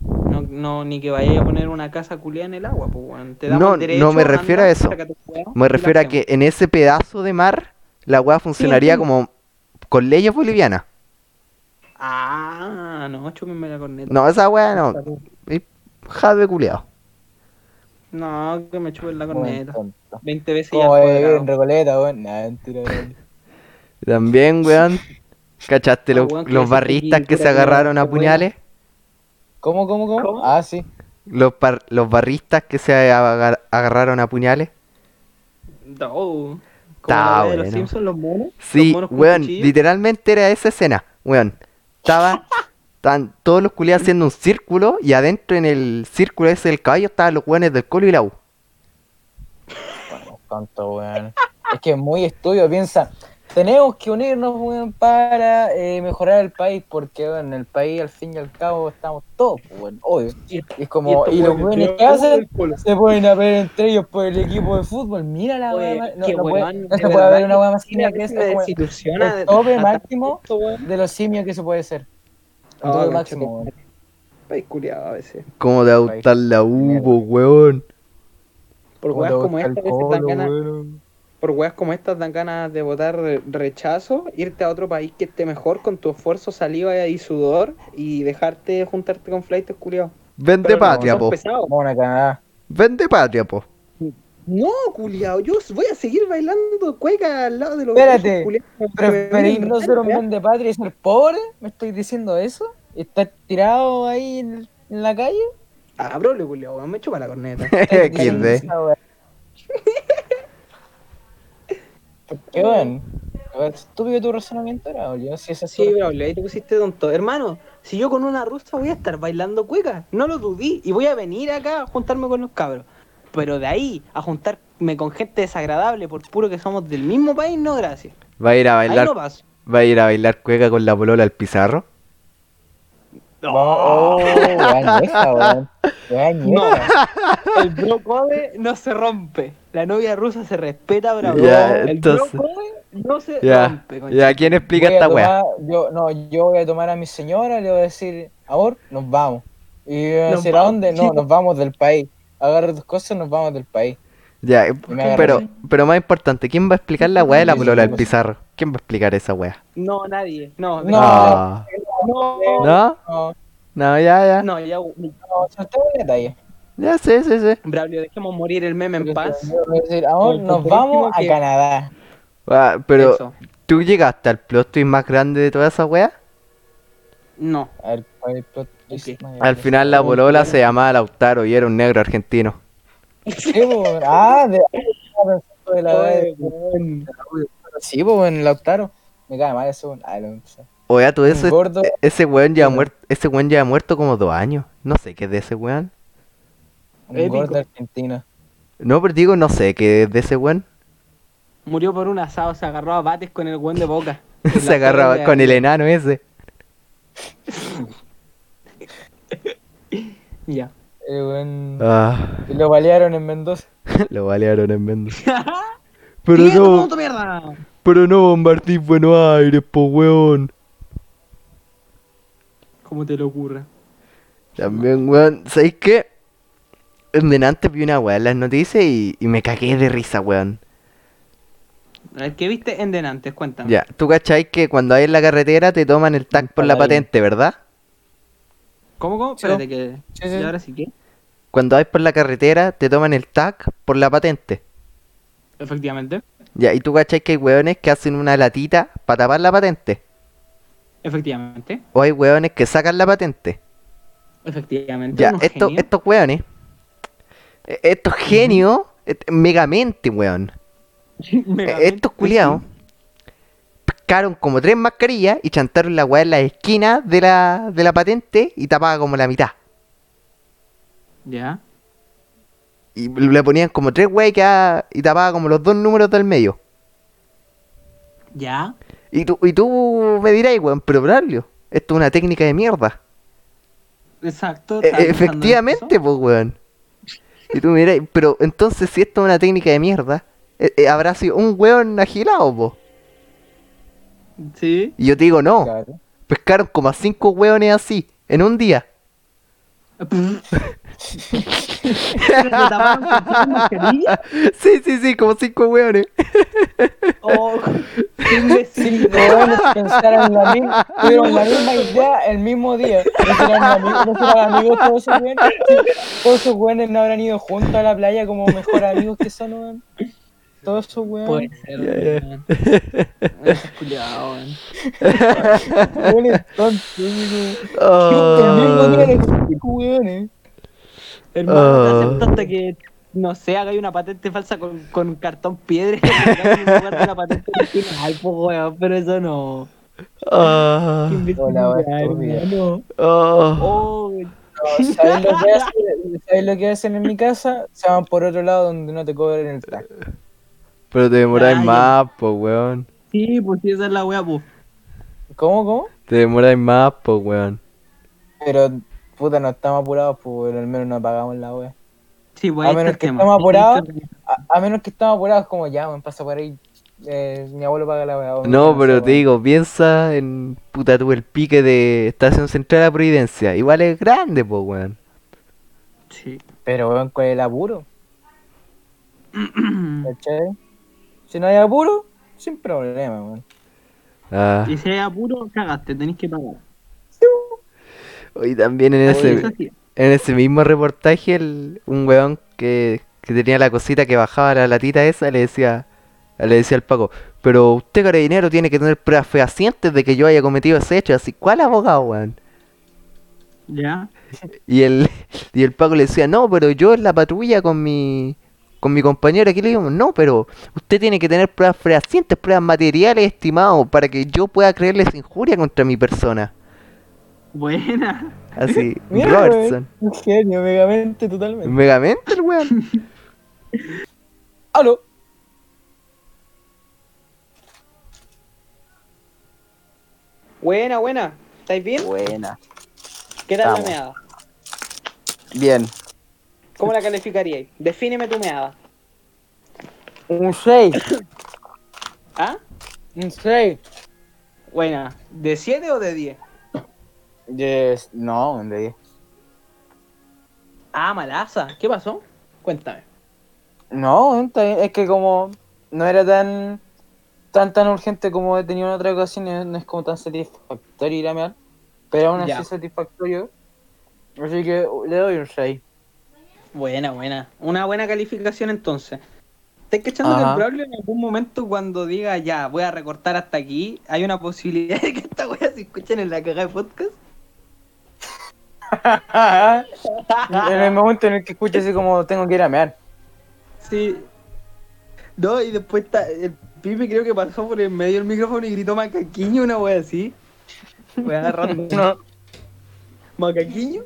No, no, ni que vaya a poner una casa culiada en el agua, pues, weón. Te damos No, el derecho, no me refiero a anda, eso. saca tu weá y Me la refiero a que hacemos. en ese pedazo de mar la weá funcionaría como con leyes bolivianas. Ah, no, chúpenme la corneta. No, esa weá no. Y Jadwe culiao. No, que me chupen la Weón, corneta. tonto. 20 veces ya. Como al eh, en cuadrado. Recoleta, weón. Nah, mentira, weón. También, weón. ¿Cachaste Ah, los- weón, que los ese barristas piquín que pura se agarraron mierda, a qué bueno. puñales? ¿Cómo, cómo, cómo? ¿Cómo? Ah, sí. Los, par- los barristas que se agar- agarraron a puñales. No. Como Está la wea de los bueno. Simpsons, los monos. los Sí, monos con weón, cuchillo. literalmente era esa escena, weón. Estaba, estaban todos los culiados haciendo un círculo y adentro en el círculo ese del caballo estaban los weones del colo y la U. Bueno, tonto, weón. Es que es muy estudio, piensa. Tenemos que unirnos, weón, para eh, mejorar el país, porque en el país al fin y al cabo estamos todos, pues, weón, obvio. Y- Y es como, estos y, los weones, weones los que hacen weones se ponen a ver entre ellos por el equipo de fútbol. Mira la Oye, weá, más- no, qué no puede, weón, no de se puede verdad haber una weá más que tiene simia que esa, una weón. desilusiona el de- tope hasta máximo tanto, weón. de los simios que se puede ser. Ah, Todo concha, máximo, qué- País culiado a veces. ¿Cómo te va a gustar la U, po, weón? Por Puta, weas como gusta el estas, a veces dan Colo, ganas, weón. por weas como estas dan ganas de votar re- rechazo, irte a otro país que esté mejor con tu esfuerzo, saliva y sudor y dejarte juntarte con flightes culiados. Vende Pero no, patria, son po. Vamos a Canadá. Vende patria, po. No, culiao, yo voy a seguir bailando cueca al lado de los Espérate, gallos culiaos que me ¿Preferís vienen no ser un inventando, buen de patria y ser pobre? ¿Me estoy diciendo eso? ¿Estás tirado ahí en, en la calle? ¿eh? Ah, brole, culiao, me chupa la corneta. XD. Qué bueno. Estúpido tu razonamiento era, boludo. Si es así. Sí, brole, ahí te pusiste tonto. Hermano, si yo con una rusa voy a estar bailando cueca, no lo dudí y voy a venir acá a juntarme con los cabros. Pero de ahí a juntarme con gente desagradable por puro que somos del mismo país, no gracias. Va a ir a Ahí bailar, no paso. va a ir a bailar cueca con la polola al pizarro. No, oh, weón, vieja, weón. Weón, vieja. El bro code no se rompe. La novia rusa se respeta, bravo. Ya, el bro entonces- code no se Ya, rompe, concha. ya, ¿quién explica Voy a esta weá? tomar- Yo, no, yo voy a tomar a mi señora, le voy a decir, amor, nos vamos. Y voy a Nos decir, ¿a vamos, dónde? No, sí. nos vamos del país. Agarra tus cosas, nos vamos del país. Ya, eh, me agarré. pero, pero más importante, ¿quién va a explicar la weá de la Sí, sí, polola al sí. pizarro? ¿Quién va a explicar esa weá? No, nadie. No, No. Ah. no, ¿No? No, No, ya, ya. no, ya. no, saltemos el detalle. Ya, sí, sí, sí. Braulio, dejemos morir el meme en paz. Yo voy a decir, amor, Por- nos por vamos último a que- Canadá. Ah, pero, Eso. ¿tú llegaste al plot twist más grande de toda esa weá? No. A ver, ¿cuál es el plot twist Ok. más Al grande? final la polola se llamaba Lautaro y era un negro argentino. Sí, po, weón. Ah, de, de la de- Sí, po, en Lautaro. Me cae mal ese weón. Ah, lo- Oye, todo Un eso, gordo. ese weón ya muerto, ese weón ya ha muerto como dos años. No sé qué es de ese weón. Un Épico. gordo argentino. No, pero digo, no sé qué es de ese weón. Murió por un asado, se agarró a bates con el buen de boca. Se agarraba con el enano ese. Ya. El weón- Ah, Y lo balearon en Mendoza. lo balearon en Mendoza. Pero ¡Sigue tomando no, tu mierda! pero no bombardí Buenos Aires, po weón. ¿Cómo te lo ocurre? También, weón, ¿sabéis qué? En delante vi una weá en las noticias y, y me cagué de risa, weón. El que viste en Denantes, cuéntame. Ya, tú cacháis que cuando hay en la carretera te toman el tag por la Paladín. patente, ¿verdad? ¿Cómo, cómo? Sí. Espérate que... Sí, sí. ¿Y ahora sí qué? Cuando hay por la carretera te toman el tag por la patente. Efectivamente. Ya, y tú cacháis que hay weones que hacen una latita para tapar la patente. Efectivamente. O hay weones que sacan la patente. Efectivamente. Ya, unos estos, genios. estos weones, eh, estos genios, et- megamente weón. Eh, Megamente. Estos culiados pescaron como tres mascarillas y chantaron la weá en la esquina de la, de la patente y tapaba como la mitad. Ya. Y le ponían como tres weas y, quedaba- y tapaba como los dos números del medio. Ya. Y tú, y tú me dirás, weón, pero Braulio, esto es una técnica de mierda. Exacto. E- estaba pensando en efectivamente, eso. pues, weón. Y tú me dirás, pero entonces si esto es una técnica de mierda, eh, eh, habrá sido un weón agilado, po. Sí. Y yo te digo, no, Claro. pescaron como a cinco weones así, en un día. ¿Pero te taparon con tres mascarillas? Sí, sí, sí, como cinco weones. Oh, qué imbécil. Cinco Oh, weones pensaron la misma, tuvieron la misma idea el mismo día. No serán amigos, no serán amigos todos esos weones. Todos esos weones no habrán ido juntos a la playa como mejor amigos que son, weón. Todos esos Puede weones. ser, Ya, weón. Ese es culiao, weón. Weones tontos, weón. Ah. El mismo día los cinco weones. Hermano, te Ah. acepto hasta que, no sé, hagáis una patente falsa con, con cartón piedra y hagáis un lugar de una patente original, po, weón, pero eso no. Ah, Qué imbécil, Hola, weón, hermano. ah. Oh, ¿Sabes lo, que hacen? ¿Sabes lo que hacen en mi casa? Se van por otro lado donde no te cobran el tax. Pero te demoráis Ay. más, po, weón. sí, pues sí, esa es la wea, pues. ¿Cómo, cómo? Te demoráis más, po, weón. Pero, puta, no estamos apurados, pues al menos no pagamos la wea. Sí, pues A ahí está menos el que tema. estemos Ahí apurados. está el tema. A, a menos que estamos apurados, como ya, me pasa por ahí. eh, mi abuelo paga la wea. o mi No, abuelo pero te paga la wea. digo, piensa en. Puta, tuve el pique de Estación Central a Providencia. Igual es grande, po, weón. Sí. Pero, weón, ¿cuál es el apuro? ¿Cachai? Si no hay apuro, sin problema, weón. Ah. Y si es apuro, cagaste, tenéis que pagar. Y también en Oye, eso ese, sí. en ese mismo reportaje, el, un weón que, que tenía la cosita que bajaba la latita esa le decía le decía al Paco: Pero usted, carabinero, tiene que tener pruebas fehacientes de que yo haya cometido ese hecho. Así, ¿cuál abogado, weón? Ya. Y el, y el Paco le decía, no, pero yo en la patrulla con mi, con mi compañero aquí le digo, no, pero usted tiene que tener pruebas fehacientes, pruebas materiales, estimado, para que yo pueda creerles injuria contra mi persona. Buena. Así, Mira, Robertson. weón, Un genio, megamente, totalmente. Megamente el weón. ¡Aló! Buena, buena. ¿Estáis bien? Buena. ¿Qué tal la Estamos. meada? Bien. ¿Cómo la calificaríais? Defíneme tu meada. Un 6. ¿Ah? Un 6. Buena. ¿De 7 o de 10? Yes. No, de 10. Ah, malaza. ¿Qué pasó? Cuéntame. No, weón, está bien. es que como no era tan tan tan urgente como he tenido en otras ocasiones, no es como tan satisfactorio ir a mear, pero aún así Ya. satisfactorio. Así que le doy un 6. Buena, buena. Una buena calificación entonces. Estoy cachando que Ajá. el probable en algún momento cuando diga ya, voy a recortar hasta aquí, hay una posibilidad de que esta wea se escuchen en la caja de podcast. en el momento en el que escucho así como tengo que ir a mear. Sí. No, y después está, el pibe creo que pasó por el medio del micrófono y gritó macaquiño, una wea así. Voy agarrando. No, ¿Macaquiño?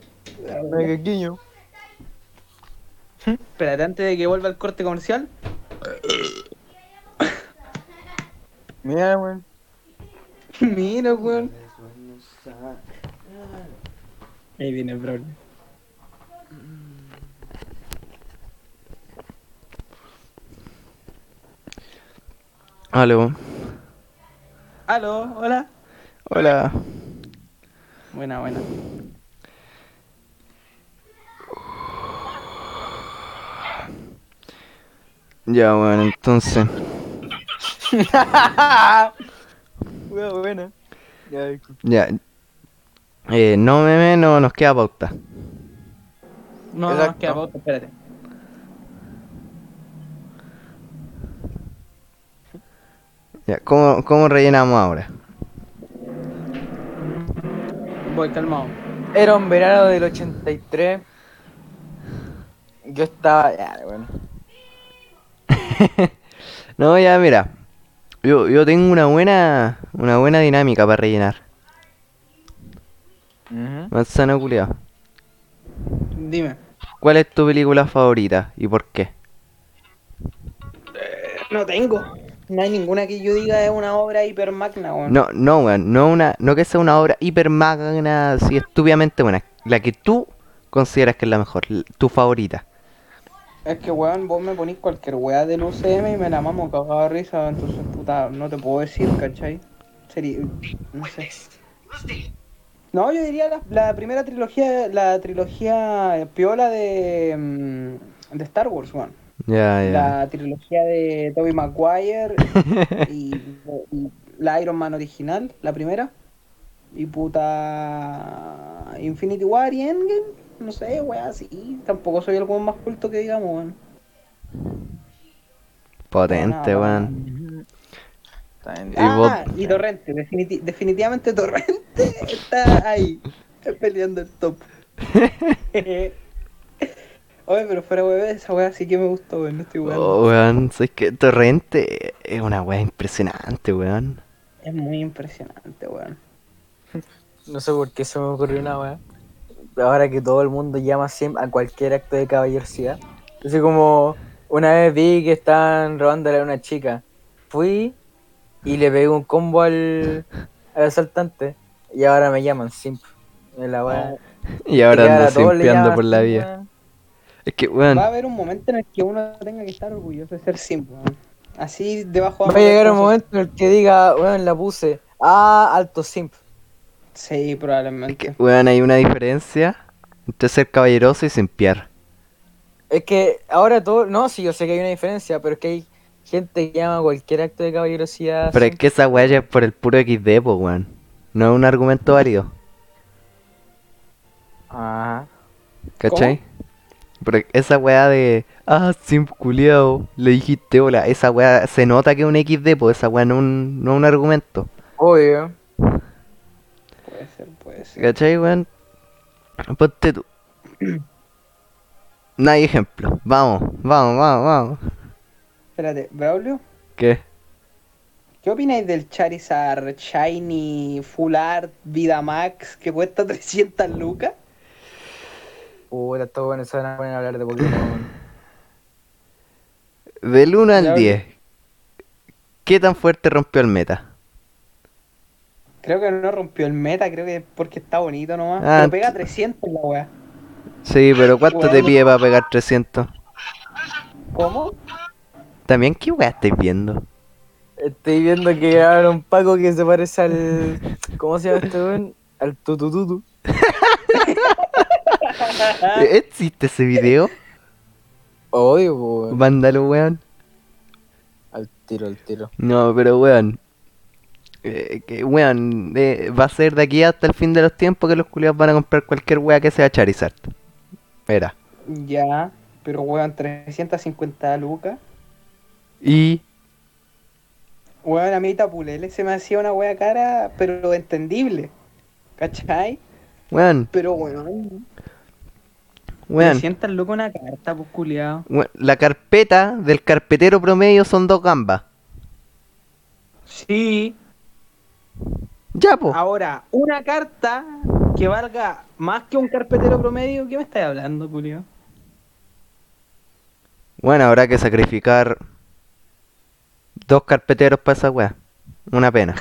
me guiño. Espérate, antes de que vuelva el corte comercial. Mira, weón. Mira, weón. Ahí viene el problema. Aló. Aló, hola. Hola. Buena, buena. Ya, weón, entonces. Weón, buena. Ya, disculpa. Ya. Eh, no meme, no nos queda pauta. No, no, Exacto. nos queda pauta, espérate. Ya, ¿cómo, cómo rellenamos ahora? Voy calmado. Era un verano del 83. Yo estaba. Ya, bueno. No, ya, mira. Yo, yo tengo una buena, una buena dinámica para rellenar. Manzana culiao. Dime. ¿Cuál es tu película favorita y por qué? No tengo. No hay ninguna que yo diga es una obra hiper magna, weón. No, no, weón, no una, no que sea una obra hiper magna, así estúpidamente buena. La que tú consideras que es la mejor, l- tu favorita. Es que, weón, vos me ponís cualquier weá del UCM y me la mamo cagado de risa, entonces, puta, no te puedo decir, ¿cachai? Sería... no sé. No, yo diría la, la primera trilogía, la trilogía piola de, mm, de Star Wars, weón. Ya, ya. La trilogía de Tobey Maguire y, y la Iron Man original, la primera. Y puta Infinity War y Endgame. No sé, weá, sí. Tampoco soy el weón más culto que digamos, weón. Potente, No, weón. Está bien. Ah, vos- y Torrente. definiti- definitivamente Torrente está ahí. Peleando el top. Oye, pero fuera weón, esa weá sí que me gustó, weón. No estoy weón. Oh, weón, sé que Torrente es una weá impresionante, weón. Es muy impresionante, weón. No sé por qué se me ocurrió una weá. Ahora que todo el mundo llama siempre a cualquier acto de caballerosidad. Así como una vez vi que estaban robándole a una chica. Fui y le pegué un combo al, al asaltante. Y ahora me llaman simp. Me La weá. Y Y ahora ando todos le simpeando llaman por la simp, vía. weón. Es que, weón, Va a haber un momento en el que uno tenga que estar orgulloso de ser simple, weón. Así debajo Va a llegar un momento en el que diga, weón, la puse. Ah, alto simp. Sí, es que, probablemente. weón, hay una diferencia entre ser caballeroso y simpiar. Es que ahora todo. No, sí, yo sé que hay una diferencia, pero es que hay gente que llama cualquier acto de caballerosidad. Pero es simp. que esa weá ya es por el puro XD, po, weón. No es un argumento válido, Ajá. ¿cachai? Pero esa weá de, ah, simp culiao, le dijiste hola, esa weá se nota que es un XD, po, esa weá no, es un- no es un argumento. Obvio. Puede ser, puede ser. ¿Cachai, weón? Ponte tú. No hay ejemplo. Vamos, vamos, vamos, vamos. Espérate, Braulio, ¿Qué? ¿qué opináis del Charizard Shiny Full Art Vida Max que cuesta 300 lucas? Puta, estos buenos se van a poner a hablar de Pokémon. Del 1 Ya, al ok. 10. ¿Qué tan fuerte rompió el meta? Creo que no rompió el meta, creo que es porque está bonito nomás. Ah, Pero pega 300 la weá. Sí, pero ¿cuánto te Weón. pide para pegar 300? ¿Cómo? También, ¿qué weá estáis viendo? Estoy viendo que ahora un Paco que se parece al. ¿Cómo se llama este weón? Al tutututu. ¿E-, ¿Existe ese video? Obvio, po, weón. Vándalo, weón. Al tiro, al tiro. No, pero weón. Eh, que, weón, eh, va a ser de aquí hasta el fin de los tiempos que los culiados van a comprar cualquier weá que sea Charizard. Era. Ya, pero weón, 350 lucas. Y Weón, a mí Tapulele se me hacía una wea cara, pero entendible. ¿Cachai? Weón, Pero weón, weón, 300 lucas una carta, pues culiao. weón, La carpeta del carpetero promedio son dos gambas. Sí, Ya, po. Oh. Ahora, una carta que valga más que un carpetero promedio, ¿qué me estás hablando, Julio? Bueno, habrá que sacrificar dos carpeteros para esa weá. Una pena.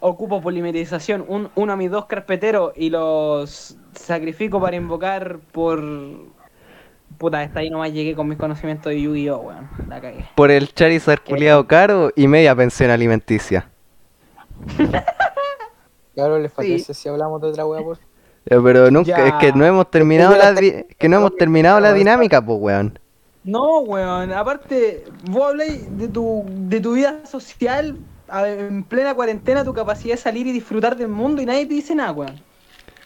Ocupo polimerización, un, uno a mis dos carpeteros y los sacrifico para invocar por... Puta, hasta ahí nomás llegué con mis conocimientos de Yu-Gi-Oh, weón. La cagué. Por el Eh. Charizard culiado caro y media pensión alimenticia. Claro, les parece parece si hablamos de otra weá, por Ya, Pero nunca, Ya. es que no hemos terminado Es que la la di- que no hemos terminado la dinámica, pues weón. No, weón. Aparte, vos habláis de tu, de tu vida social a- en plena cuarentena, tu capacidad de salir y disfrutar del mundo y nadie te dice nada, weón.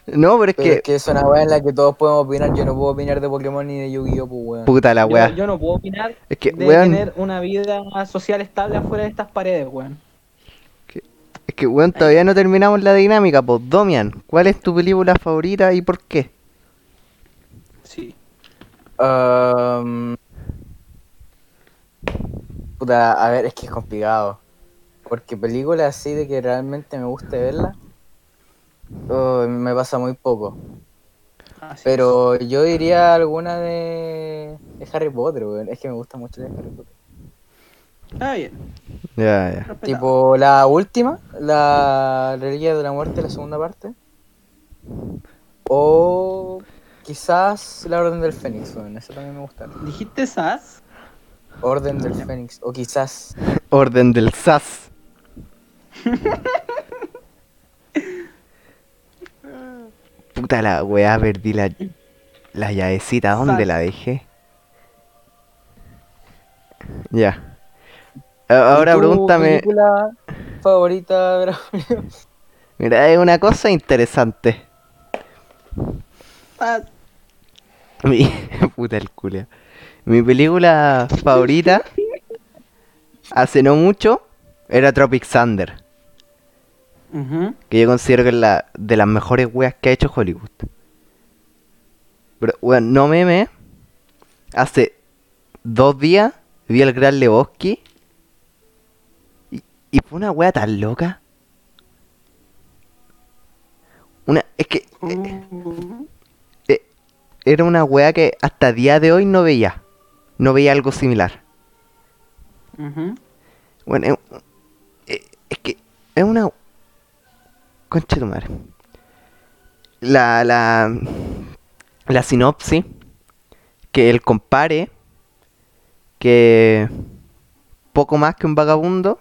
No, pero es Pero es que que es una weá en la que todos podemos opinar. Yo no puedo opinar de Pokémon ni de Yu-Gi-Oh, pues weón. puta la Yo- weá. Yo, no puedo opinar Es que, de weón. tener una vida social estable afuera de estas paredes, weón. Es que weón, todavía no terminamos la dinámica, pues Domian, ¿cuál es tu película favorita y por qué? Sí. Um, Puta, a ver, es que es complicado. Porque películas así de que realmente me guste verla, oh, me pasa muy poco. Pero yo diría alguna de, de Harry Potter, weón. Es que me gusta mucho de Harry Potter. Está bien. Ya, ya. respetable. Tipo la última, la Reliquia de la Muerte, la segunda parte. O quizás la Orden del Fénix, weón. Esa también me gusta. ¿Dijiste SAS? Orden del Fénix, o quizás Orden del SAS. Puta la weá, perdí la, la llavecita. ¿Dónde Sas. la dejé? Ya. A- Ahora ¿Y tu pregúntame. película favorita, Braulio? Mira, es una cosa interesante. SAS. Mi, puta el culo. Mi película favorita hace no mucho era Tropic Thunder. Ujú. Que yo considero que es la de las mejores weas que ha hecho Hollywood. Pero, weón, no meme. Hace dos días vi al Gran Lebowski. Y, y fue una wea tan loca. Una, es que. Mm. eh, eh, era una wea que hasta día de hoy no veía. No veía algo similar. Ujú. Bueno, es, eh, es que es una... Concha de tu madre. La, la, la sinopsis que el compare que poco más que un vagabundo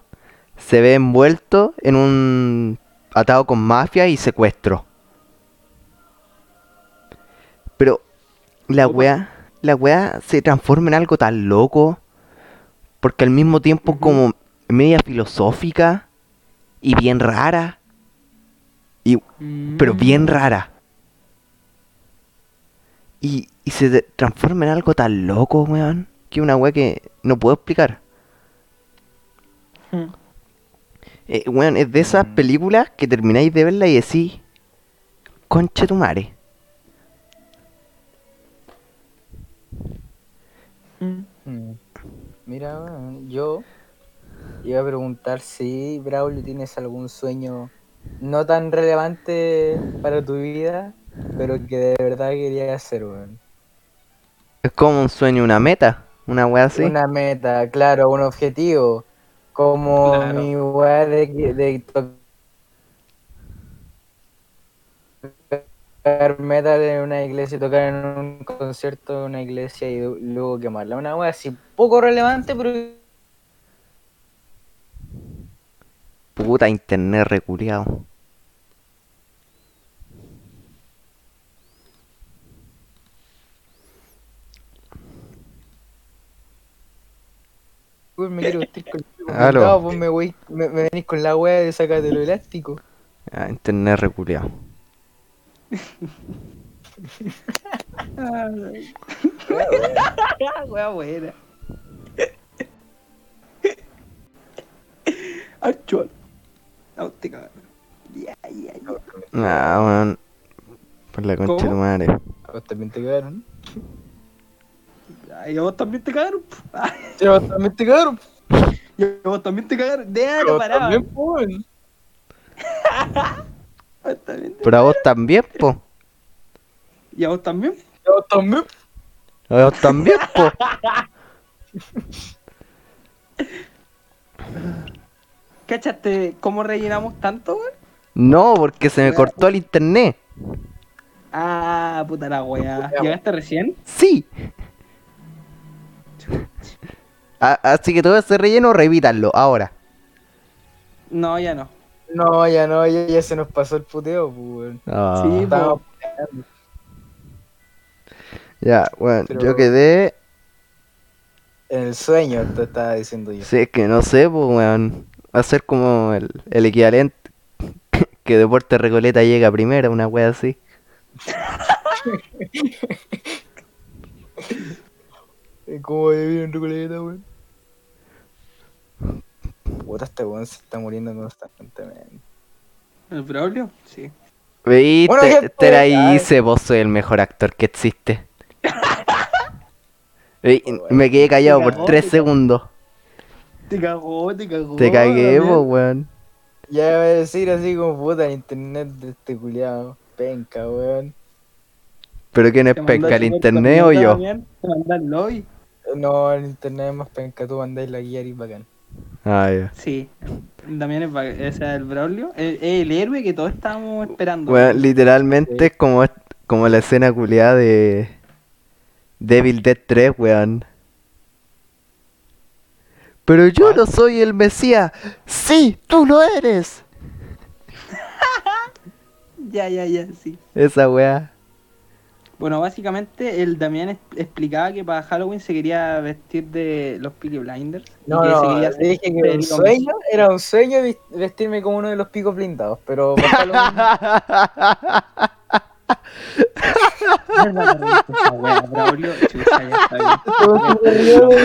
se ve envuelto en un atado con mafia y secuestro. Pero la Opa. weá, la weá se transforma en algo tan loco porque al mismo tiempo como media filosófica y bien rara, y, pero bien rara. Y, y se de- transforma en algo tan loco, weón, que una weá que no puedo explicar. Mm. Eh, weón, es de esas películas que termináis de verla y decís, conche tu madre. Mm. Mira, weón, yo iba a preguntar si, Braulio, tienes algún sueño no tan relevante para tu vida, pero que de verdad querías hacer, weón. Es como un sueño, una meta, una weá así. Una meta, claro, un objetivo. Como Claro. mi weá de, de tocar metal en una iglesia, tocar en un concierto en una iglesia y luego quemarla. Una weá así poco relevante, pero Puta internet reculeado. Weón, me quiero vestir con Aló. No, vos me, wey- me, me venís con la wea de sacate lo elástico. Ah, internet reculeado. Ah, wea buena. Actual. Náutica. Ya, ya, ya. Ah, weón. Por la concha de tu ¿Cómo? madre. A vos Ah, pues también te quedaron. Ay, a vos también te cagaron. po. Ay, Sí, a vos también te quedaron. Pues a vos también te cagaron. Déjalo parado. A vos también te- Pero a vos también, po. Y a vos también. Yo pues también. A vos también, po. ¿Cachaste cómo rellenamos tanto, weón? No, porque se me cortó el internet. Ah, puta la wea. ¿Llegaste recién? Sí. A- así que todo ese relleno, revítanlo ahora. No, ya no. No, ya no, ya, ya se nos pasó el puteo, pues, weón. Ah. Sí, Estábamos- Ya, bueno, Pero- yo quedé. En el sueño, te estaba diciendo yo. Sí, es que no sé, pues, weón. Hacer como el, el equivalente. Que Deporte Recoleta llega primero, una wea así. Es como vivir en Recoleta, weón. Puta, este weón se está muriendo constantemente. ¿El Braulio? Sí. ¿Viste? este Bueno, gente, te la ay. hice, vos soy el mejor actor que existe. Ey, Bueno. me quedé callado por cagó, tres te segundos. Te cagó, te cagó. Te cagué, vos, también. weón. Ya iba a decir así como puta el internet de este culiado. Penca, weón. Pero ¿quién es Te mandó penca, el chutar internet o también, yo? Damián. Te mandó el lobby. No, el internet es más penca, tú mandáis la guía y bacán. Ah, ya. Sí, también es, va- o sea, el Braulio, es es el, héroe que todos estábamos esperando. Bueno, literalmente es como, como la escena culiada de Devil Dead 3, weón. Pero yo no soy el Mesías. Sí, tú lo eres. Ya, ya, ya, sí. Esa weá. Bueno, básicamente el Damián es- explicaba que para Halloween se quería vestir de los Peaky Blinders. y No, que se no, quería le hacer dije que era un pelón. sueño, era un sueño vi- vestirme como uno de los picos blindados, pero por Halloween- No, no, no, no, esa wea, Braulio, chucha, ya está bien.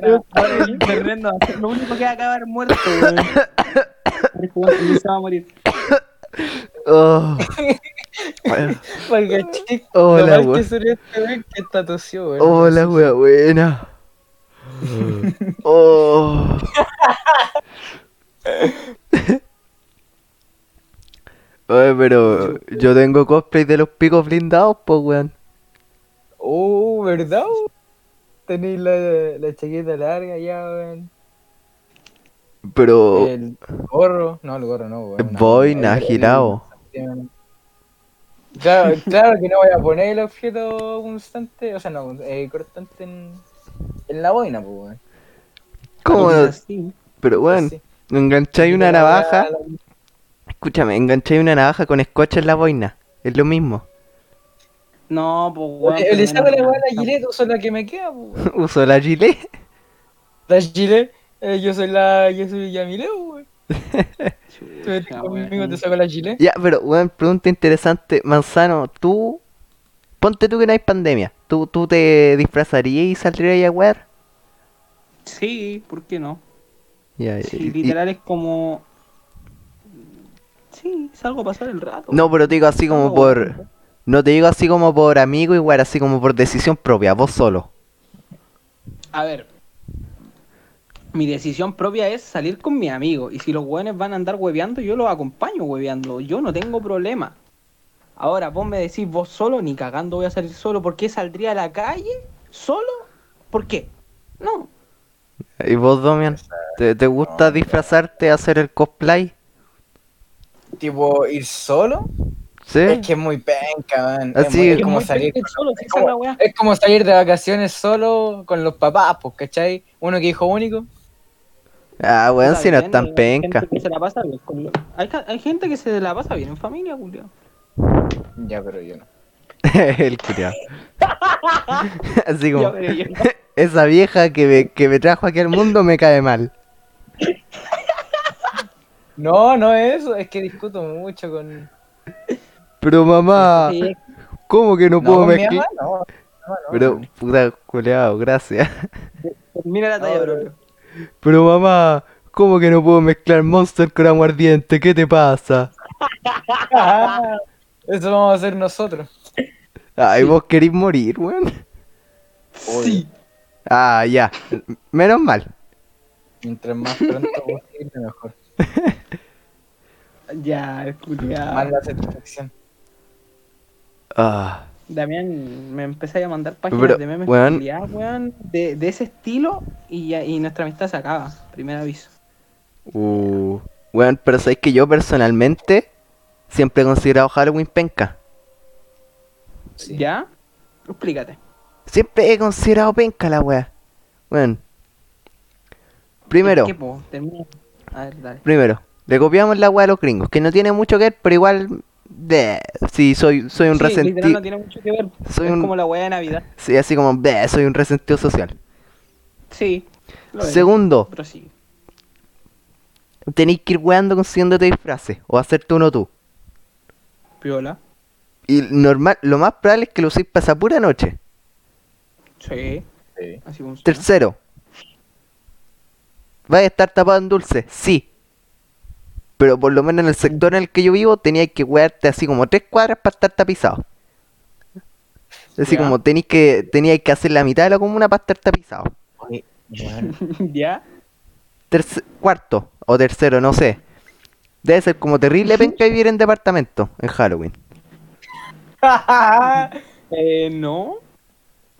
no hacer. Lo único que va a acabar né? muerto, weón. Este weón se va a morir. Oh, Porque el chico, Hola, lo mal weón. que sería este weón que está tosido, weón. hola, wea Oh, buena. Oh. Oye, pero yo tengo cosplay de los picos blindados, pues, weón. Oh, ¿verdad? weón? Tenéis la, la chaqueta larga ya, weón. Pero El gorro. No, el gorro no, weón. boina, girado. Claro, claro que no voy a poner el objeto constante, o sea, no, eh, constante en, en la boina, pues, weón. ¿Cómo? no? Así. Pero, weón, Sí. engancháis una navaja. La- Escúchame, engancháis una navaja con escocha en la boina. Es lo mismo. No, pues weón. Eh, Le pero saco la no, weá a la no. gilet, uso la que me queda, pues, weón. Uso la gilet. La gilet, eh, yo soy la, yo soy Yamile, weón. Tú Chucha, Ah, vete conmigo, weón. te saco la gilet. Ya, pero, weón, pregunta interesante. Manzano, tú. Ponte tú que no hay pandemia. ¿Tú, tú te disfrazarías y saldrías a wear? Sí, ¿por qué no? Ya, Eh, Sí, y- y- literal es como. Sí, salgo a pasar el rato. No, pero te digo así como No, por. No te digo así como por amigo y wear, así como por decisión propia, vos solo. A ver. Mi decisión propia es salir con mi amigo. Y si los hueones van a andar hueveando, yo los acompaño hueveando. Yo no tengo problema. Ahora, vos me decís vos solo, ni cagando voy a salir solo. ¿Por qué saldría a la calle solo? ¿Por qué? No. ¿Y vos, Domian? ¿Te, te gusta disfrazarte, hacer el cosplay? Tipo, ir solo, ¿Sí? es que es muy penca, man. Es Así muy- es. es como muy salir penca solo, si es esa es la como, weá. es como salir de vacaciones solo con los papás, pues, ¿cachai? Uno que hijo único. Ah, weón, Está si no es bien, tan hay penca. gente que se la pasa bien con lo- Hay, ca- hay gente que se la pasa bien en familia, Julio. Ya, pero yo no. el culiao. Así Ya, como, pero yo- esa vieja que me, que me trajo aquí al mundo me cae mal. No, no es eso, es que discuto mucho con. Pero mamá, Sí, ¿cómo que no No, puedo con mi mezclar? mamá, no. no, no. Pero, puta, culeado, gracias. Mira la talla, No, bro. pero- Pero mamá, ¿cómo que no puedo mezclar Monster con aguardiente? ¿Qué te pasa? Ah, eso vamos a hacer nosotros. Ay, vos querís morir, weón. Sí. Ah, ya. Menos mal. Mientras más pronto posible, mejor. Ya, el culiao. Más la satisfacción. Ah, Damián, me empecé a mandar páginas Pero, de memes weón. culiados, weón, de, de ese estilo y, ya- y nuestra amistad se acaba. Primer aviso. uh. Weón, pero sabéis que yo personalmente siempre he considerado Halloween penca. Sí. ¿Ya? Explícate. Siempre he considerado penca la wea. Weón. Primero, ¿Qué, po? Termina. A ver, dale. primero, le copiamos la wea a los gringos, que no tiene mucho que ver, pero igual. bleh, sí, soy, soy un Sí, literal resentido. no tiene mucho que ver. soy es un- como la weá de Navidad. Sí, así como, bleh, soy un resentido social. Sí. lo es, Segundo, Pero sí. tenéis que ir weando consiguiéndote disfraces o hacerte uno tú. Piola. Y normal, lo más probable es que lo uséis para esa pura noche. Sí. Sí. Así funciona. Tercero, vais a estar tapado en dulce, sí. Pero por lo menos en el sector en el que yo vivo tenías que wearte así como tres cuadras para estar tapizado. Así Ya. como tenéis que, teníais que hacer la mitad de la comuna para estar tapizado. Bueno, ¿Ya? Terce- cuarto o tercero, no sé. Debe ser como terrible penca vivir en departamento en Halloween. Eh, no.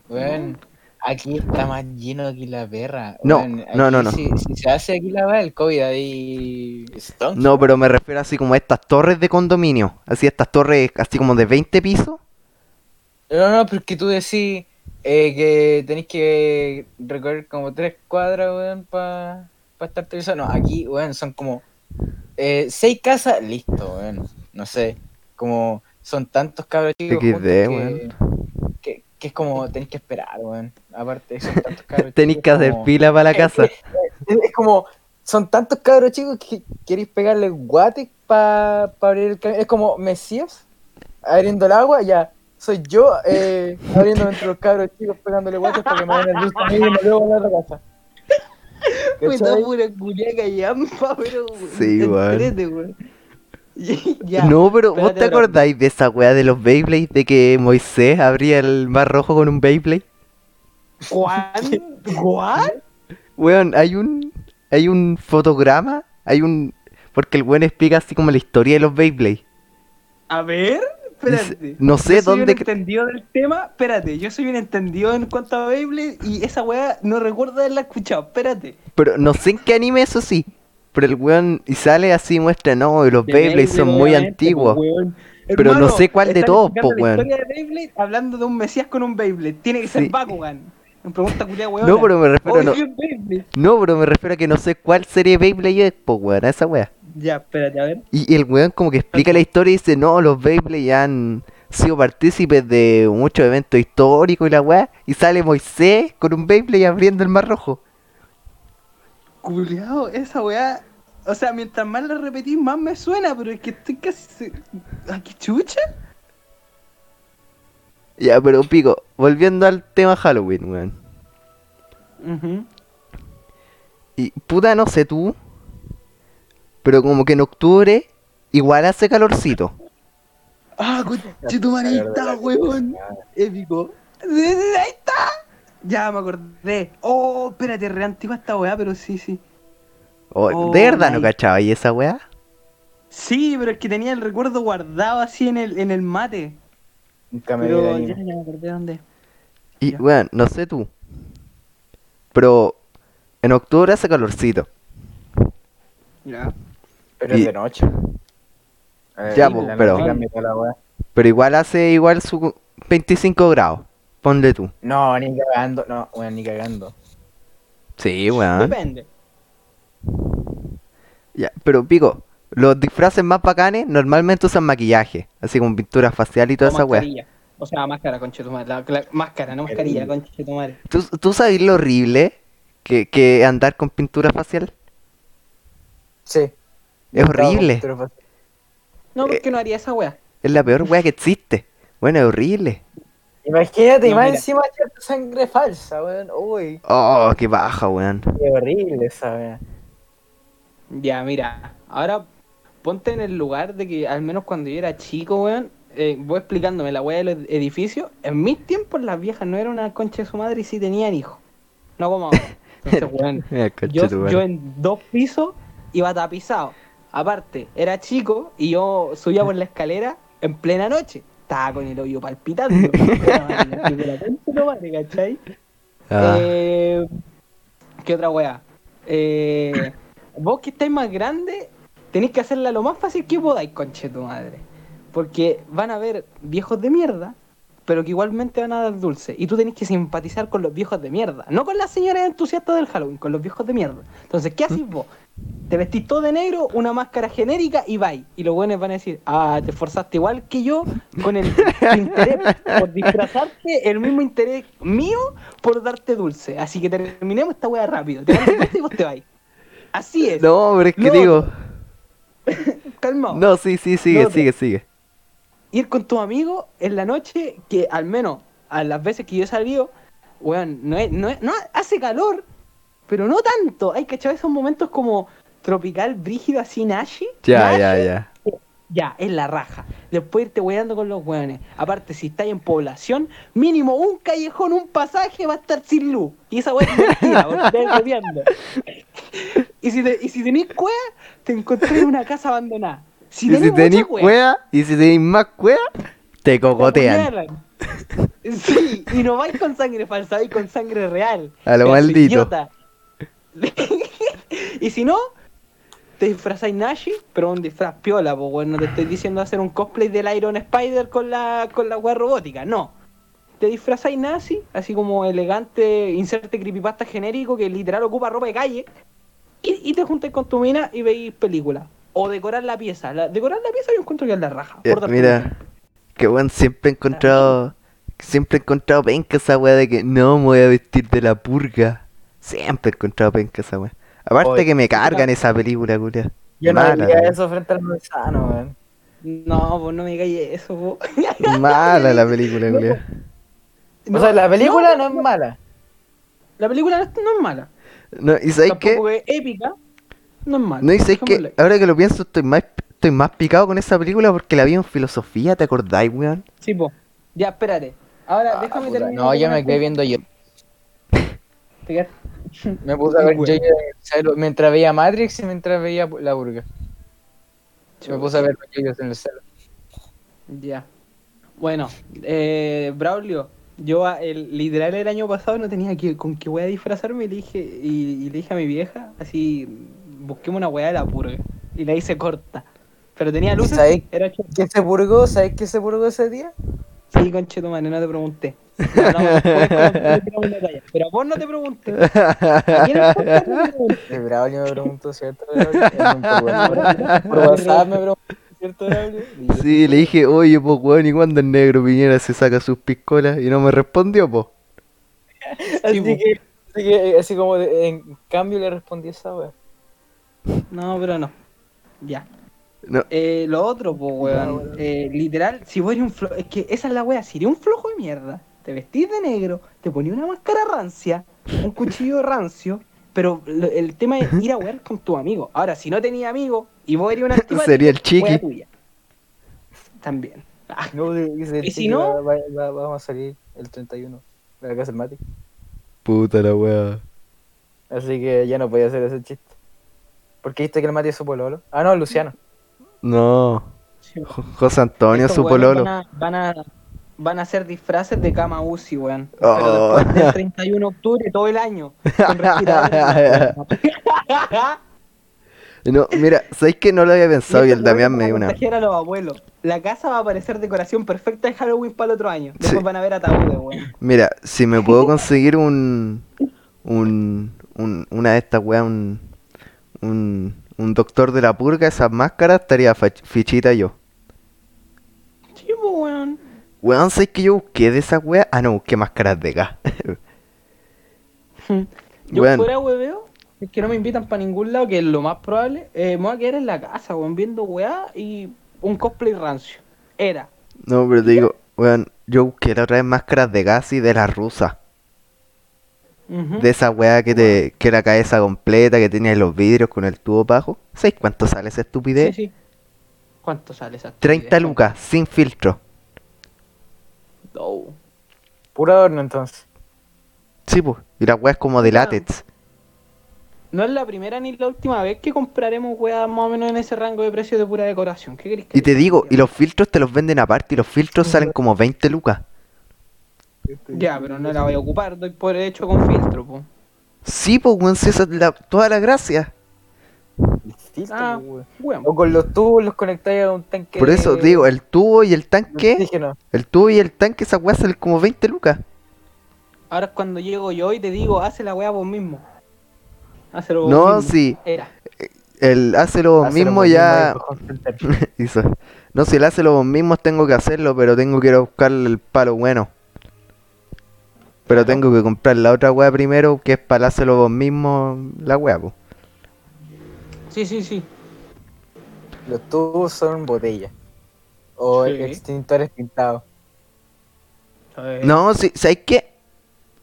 Weón, aquí está más lleno aquí la perra. No, Weón, no, aquí no, no. Si, si se hace aquí la va el COVID ahí. Stonks. No, pero me refiero así como a estas torres de condominio. Así estas torres así como de 20 pisos. No, no, pero es que tú decís eh, que tenés que recorrer como tres cuadras, weón, para estar televisado. No, aquí, weón, son como eh, seis casas, listo, weón. No sé, como son tantos cabros chicos XD, juntos que, weón. que, que es como tenés que esperar, weón. Aparte, son tantos cabros Tenéis chicos, que hacer como- pila para la casa. Es es como, son tantos cabros chicos que queréis pegarle guate para abrir el camino. Es como Mesías abriendo el agua, ya. Soy yo eh, abriendo entre los cabros chicos pegándole guates para que me den el dulce a mí y me llevo a la otra casa. metáfora culiaca yampa, pero. weón, Sí, te weón. entrete, weón. Ya, pues, no, pero ¿vos espérate, te ahora- acordáis de esa weá de los Beyblades? De que Moisés abría el mar rojo con un Beyblade. ¿Cuán? ¿Cuán? Weón, hay un. Hay un fotograma. Hay un. Porque el weón explica así como la historia de los Beyblades. A ver, Dice- espérate. No sé yo soy dónde. un cre- entendido del tema, espérate, yo soy un entendido en cuanto a Beyblade y esa weá no recuerdo haberla escuchado, espérate. Pero no sé en qué anime eso sí. Pero el weón. Y sale así y muestra, no, y los De Beyblades son muy obviamente, antiguos. pues, weón. Pero no sé cuál de están todos, explicando pues, la weón. historia de Beyblade hablando de un Mesías con un Beyblade, tiene que Sí. ser Bakugan. Me pregunta culia weón. No, pero me refiero, no, Beyblade. no, pero me refiero a que no sé cuál serie de Beyblade es, po, weón, a esa weá. Ya, espérate, a ver. Y el weón como que explica la historia y dice, no, los Beyblade han sido partícipes de muchos eventos históricos y la weá. Y sale Moisés con un Beyblade abriendo el mar rojo. Culiao, esa weá. O sea, mientras más la repetís, más me suena, pero es que estoy casi. ¿A qué chucha? Ya, pero pico, volviendo al tema Halloween, weón. Y puta, no sé tú, pero como que en octubre igual hace calorcito. Ah, conchetumare, ahí está, weón. Épico. Ahí está. Ya me acordé. Oh, espérate, re antigua esta weá, pero sí, sí. O- Oh, ¿De verdad no my- cachaba y esa weá? Sí, pero es que tenía el recuerdo guardado así en el, en el mate. Nunca me vi el Pero ya, ya anime. me acordé dónde. Y, Ya. weón, no sé tú. Pero en octubre hace calorcito. Ya. Pero es Y- de noche. A ver, Ya, la pues, noche pero- cambia toda la wea. Pero igual hace igual su 25 grados. Ponle tú. No, ni cagando. No, weón, ni cagando. Sí, weón. Depende. Ya, pero pico, los disfraces más bacanes normalmente usan maquillaje. Así con pintura facial y toda O esa weá. mascarilla. O sea, máscara, conchetumare. La, la- máscara, no mascarilla, conchetumare. ¿Tú, tú sabes lo horrible que, que andar con pintura facial? Sí. Es horrible. Pero fue- No, porque no haría esa weá. Es la peor weá que existe. Bueno, es horrible. Imagínate, y No, más mira. encima echar tu sangre falsa, weón. Uy, Oh, qué baja, weón. qué horrible esa wea. Ya, mira, ahora ponte en el lugar de que al menos cuando yo era chico, weón, eh, voy explicándome la weá de los edificios. En mis tiempos las viejas no eran una concha de su madre y sí tenían hijos. No como ahora. Entonces, weón, Eh, yo, conchetumare. yo en dos pisos iba tapizado. Aparte, era chico y yo subía por la escalera en plena noche. Estaba con el hoyo palpitando. Era más divertido que la concha de tu madre, ¿cachai? Ah. Eh, ¿Qué otra weá? Eh, vos que estáis más grande, tenéis que hacerla lo más fácil que podáis, conche tu madre. Porque van a ver viejos de mierda, pero que igualmente van a dar dulce. Y tú tenés que simpatizar con los viejos de mierda. No con las señoras entusiastas del Halloween, con los viejos de mierda. Entonces, ¿qué ¿Mm? haces vos? Te vestís todo de negro, una máscara genérica y bye. Y los buenos van a decir, ah, te esforzaste igual que yo con el interés por disfrazarte, el mismo interés mío por darte dulce. Así que terminemos esta wea rápido. Te damos dulce y vos te vais. Así es. No, pero es que Lo digo. otro. Calmado. No, sí, sí, sigue, Lo otro. sigue, sigue. Ir con tus amigos en la noche, que al menos a las veces que yo he salido, weón, no, es- no, es- no hace calor, pero no tanto. Hay cachado esos momentos como tropical, brígido, así, nashi. Ya, nashi, ya, eh, ya. Ya, es la raja. Después irte weando con los weones. Aparte, si estáis en población, mínimo un callejón, un pasaje va a estar sin luz. Y esa wea es mentira, porque estáis bebiendo. Y si, te- y si tenés cueva, te encontré en una casa abandonada. Si Y si tenés, tenéis mucha cueva, cuea, y si tenéis más cuea, te cocotean. apuñalan. Sí, y no vais con sangre falsa, vais con sangre real. A Pedazo lo de maldito. idiota. y si no, te disfrazáis Nashi, pero un disfraz piola, pues bueno, te estoy diciendo hacer un cosplay del Iron Spider con la con la wea robótica, no. Te disfrazáis nazi, así como elegante, inserte creepypasta genérico que literal ocupa ropa de calle, y, y te juntáis con tu mina y veis películas. O decorar la pieza. La- decorar la pieza yo encuentro que es la raja. Ya, por darte un Eh, mira, que weón, siempre he encontrado. Siempre he encontrado penca esa weá de que no me voy a vestir de la purga. Siempre he encontrado penca esa weá. Aparte Oye, que me cargan esa película, culia. Yo no mala, diría la- eso frente al manzano, weón. No, vos no me calles eso, vos. Mala la película, culia. O sea, la película no, es mala. La película no, es- no es mala. No, ¿Y sabes qué? Tampoco es épica. Normal. No, y sabes Dejémoslo qué? ahí. Ahora que lo pienso, estoy más, estoy más picado con esa película porque la vi en filosofía, ¿te acordáis, weón? Sí, po. Ya, espérate. Ahora, déjame terminar. Ah, No, con yo una me quedé cosa. viendo yo. Te quedaste- Me puse a ver yo yo- mientras veía Matrix y mientras veía La Burga. Me puse a ver yo en el celo. Ya. Bueno, eh, Braulio, yo a- el, literal el año pasado no tenía que, con qué wea disfrazarme y le dije, y, y le dije a mi vieja, así, busquemos una wea de la purga. Y la hice corta. Pero tenía luces. ¿Sabes? Era chorro. ¿Qué se purgó? ¿Sabes qué se purgó ese día? Sí, conchetumane, no te pregunté. Lo hablamos después cuando te tiramos una talla. Pero a vos no te pregunté. Aquí en el podcast no te pregunté. El Braulio me preguntó, ¿cierto? Braulio? Por WhatsApp- Por WhatsApp me preguntó, ¿cierto, Braulio? Y yo, Sí, le dije, oye, po, weón, ¿y cuándo el negro Piñera se saca sus piscolas? Y no me respondió, po. Así que, así que, así como de- en cambio le respondí esa wea. No, pero no. Ya. No. Eh, lo otro, pues, weón. eh, literal, si vos eres un flojo. Es que esa es la wea. Si eres un flojo de mierda, te vestís de negro, te ponís una máscara rancia, un cuchillo rancio. Pero lo- el tema es ir a wear con tu amigo. Ahora, si no tenía amigo y vos eres un antipático, Sería el chiqui. wea tuya. También. No, de- de- de- ¿Y si de- no? va- va- vamos a salir el 31 de la casa del Mati. Puta la weá. Así que ya no podía hacer ese chiste. Porque viste que el Mati es su pololo. Ah, no, Luciano. No. Jo- José Antonio, Estos su weones pololo. Van a, van, a, van a hacer disfraces de cama UCI, weón. Oh. Pero después del 31 de octubre, todo el año. Con respiradores. No, mira, ¿sabéis que no lo había pensado y el estos Damián weones me dio van a una? contagiar a los abuelos. La casa va a parecer decoración perfecta de Halloween para el otro año. Después Sí. van a ver ataúdes, weón. Mira, si me puedo conseguir un. un, un una de estas weas, un, un. un doctor de la purga, esas máscaras, estaría fach- fichita yo. Chivo, weón. Weón, ¿sabéis que yo busqué de esas weas? Ah, no, busqué máscaras de gas. Yo Weón. fuera, hueveo, es que no me invitan para ningún lado, que es lo más probable. Eh, me voy a quedar en la casa, weón, viendo weá y un cosplay rancio. Era. No, pero te digo, weón, yo busqué la otra vez máscaras de gas y de la rusa. Ujú. De esa wea que te. que era cabeza completa, que tenía los vidrios con el tubo bajo. ¿Sabéis cuánto sale esa estupidez? Sí, sí. ¿Cuánto sale esa? 30 estupidez? lucas, sin filtro. Oh. Puro adorno entonces. Sí, pues. Y la weá es como de Claro. látex. No es la primera ni la última vez que compraremos weas más o menos en ese rango de precio de pura decoración. ¿Qué querés que Y te digo, y los filtros te los venden aparte y los filtros salen como 20 lucas. Ya, pero no la voy a ocupar, doy por hecho con filtro, po. Sí, pues, weón, si esa es la- toda la gracia. Filtro, Ah, weón. weón. O con los tubos los conectáis a un tanque. Por eso te digo, el tubo y el tanque, Dije no. el tubo y el tanque, esa weá salen como 20 lucas. Ahora es cuando llego yo y te digo, hace la wea vos mismo. Hazlo vos No, mismo. sí, Era. el hácelo vos mismo ya. pues, hizo. No, si el hácelo vos mismo tengo que hacerlo, pero tengo que ir a buscar el palo bueno. Pero tengo que comprar la otra weá primero, que es para hácelo vos mismo la weá, pues. Sí, sí, sí. Los tubos son botellas. O Sí. extintores pintados. Eh, No, sí, ¿sabes qué?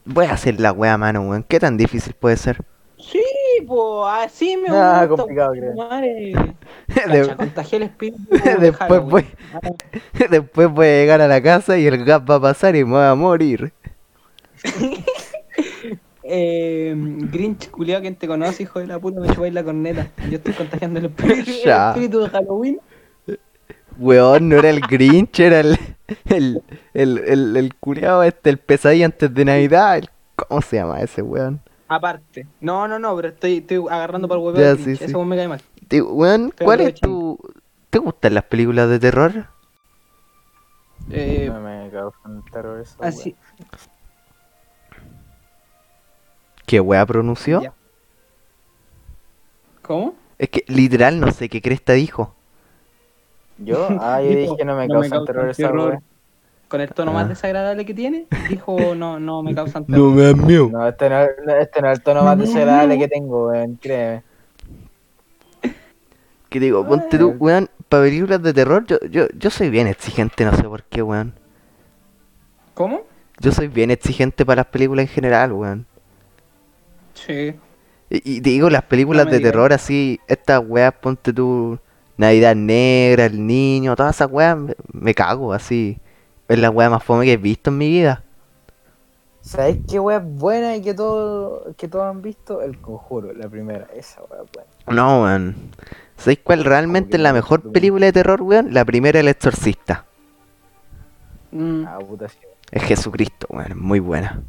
Voy a hacer la wea a mano, weón. ¿Qué tan difícil puede ser? Sí, po, así me Ah, gusta. complicado, weón, creo. madre. De- Cacha, contagié el espíritu. de después, Halloween. pues. voy, después voy a llegar a la casa y el gas va a pasar y me voy a morir. Eh, Grinch, culiao, quien te conoce, hijo de la puta, me chupáis la corneta. Yo estoy contagiando el espíritu, el Ya. espíritu de Halloween. Weón, no era el Grinch, era el. El. El. El, el culiao este, el pesadilla antes de Navidad. el- ¿Cómo se llama ese weón? Aparte. No, no, no, pero estoy, estoy agarrando para el huevo Ya, de sí, Grinch. sí. Eso me cae mal. Te- weón, Estoy ¿cuál es tu. ¿Te gustan las películas de terror? Eh, No me causan terror eso. así. ¿Qué wea pronunció? Ya. ¿Cómo? Es que literal no sé qué cresta dijo. Yo, ah, yo Dijo, dije no me causan terror esa terror. wea. Con el tono Ah. más desagradable que tiene, dijo, no, no me causan No terror. me mío. No, este no, no, este no es el tono más desagradable que tengo, weón, créeme. Que digo, ponte tú, weón, para películas de terror, yo, yo, yo soy bien exigente, no sé por qué, weón. ¿Cómo? Yo soy bien exigente para las películas en general, weón. Sí. Y, y te digo, las películas No me de digas. terror así, estas weas, ponte tú, Navidad Negra, El Niño, todas esas weas, me, me cago, así. Es la wea más fome que he visto en mi vida. ¿Sabes qué wea es buena y que todos que todos han visto? El conjuro, la primera, esa wea es buena. No, weón. ¿Sabéis cuál realmente es la no, mejor tú. película de terror, weón? La primera, El Exorcista. Mm. Ah, puta sí, Es Jesucristo, weón, es muy buena.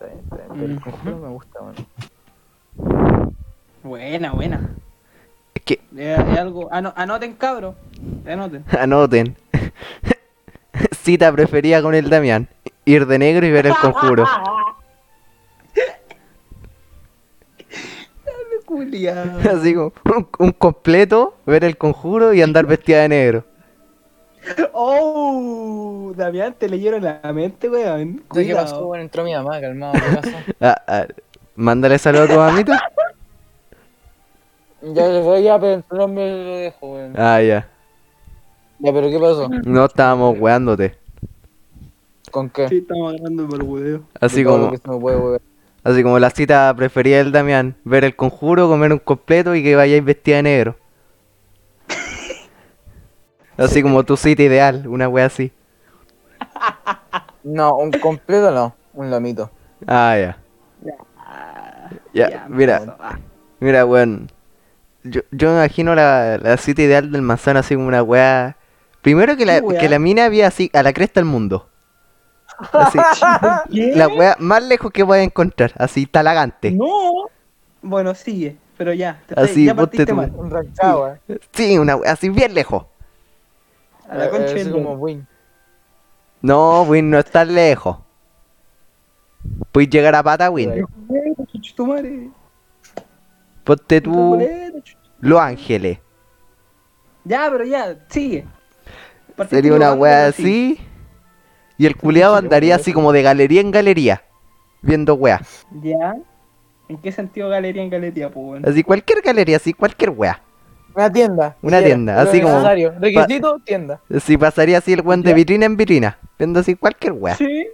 está bien, está bien, pero el Ujú. conjuro me gusta, bueno. Buena, buena. Es que, Es, es algo. ano- anoten, cabro. Anoten. anoten. Cita preferida con el Damián. Ir de negro y ver el conjuro. Culiao. Así como, un, un completo, ver el conjuro y andar vestida de negro. Oh, Damián, te leyeron la mente, weón. ¿Qué pasó? Cuidado. Bueno, entró mi mamá, calmado, ¿qué pasó? Ah, ah, mándale saludos a tu mamita. Ya le voy a pensar, me lo dejo, weón. Ah, ya. Ya, pero ¿qué pasó? No estábamos weándote. ¿Con qué? Sí, estamos agarrando por hueveo. Así De todo lo como, que se me puede, weón. así como la cita preferida del Damián. Ver el conjuro, comer un completo y que vayáis vestida de negro. Así como tu cita ideal, una wea así. No, un completo no, un lomito. Ah, ya. Ah, Ya, mira, mira, weón. Yo, yo me imagino la, la cita ideal del manzano así como una wea. Primero que la, ¿Qué wea? que la mina había así, a la cresta del mundo. Así, ¿Qué? la wea más lejos que voy a encontrar, así talagante. No. Bueno, sigue, pero ya. te- Así, ya partiste ponte tú. mal. Un rancagua. Sí, una wea así bien lejos. A la concha del Eh, como dedo. win. No, Win, no es tan lejos. Puedes llegar a pata, Win. Bueno, chuchu, tu madre. Ponte tú Bueno, chuchu. Los Ángeles. Ya, pero ya, sigue. Partiste Sería una equivocando, wea pero sigue. así. Y el culeado andaría así como de galería en galería. Viendo wea. Ya. ¿En qué sentido galería en galería, pues, weón? Así cualquier galería, así cualquier wea. Una tienda. Una siquiera, tienda, es lo así como- necesario. Requisito, tienda. Así pasaría así el weón de vitrina en vitrina. Viendo así cualquier wea. Sí.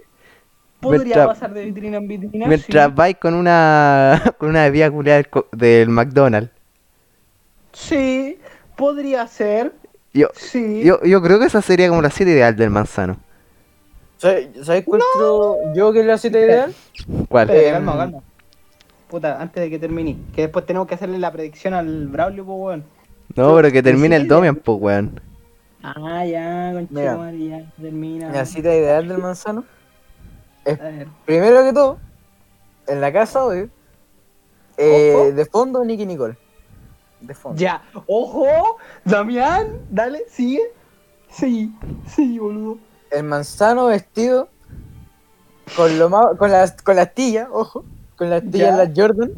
Podría Mientras- pasar de vitrina en vitrina. Mientras vais con una con una bebida culeada del, co- del McDonald's. Sí. sí. Podría ser. Yo, Sí. yo, yo creo que esa sería como la cita ideal del manzano. ¿Sabes sabes cuál creo yo que es la cita ideal? ¿Cuál? Espérate, Em. calma, calma. Puta, antes de que termine. Que después tenemos que hacerle la predicción al Braulio, pues, weón. No, pero que termine el Suicidio. Domian, pues weón. Ah, ya, Mira. conchetumare, ya, termina. La cita ideal del manzano. A ver. Primero que todo, en la casa, obvio. Eh, Ojo. de fondo, Nicky Nicole. De fondo. Ya, ojo, Damián, dale, sigue. Sí, sí, boludo. El manzano vestido con lo ma- con las con las tillas, ojo, con las tillas Ya. las Jordan,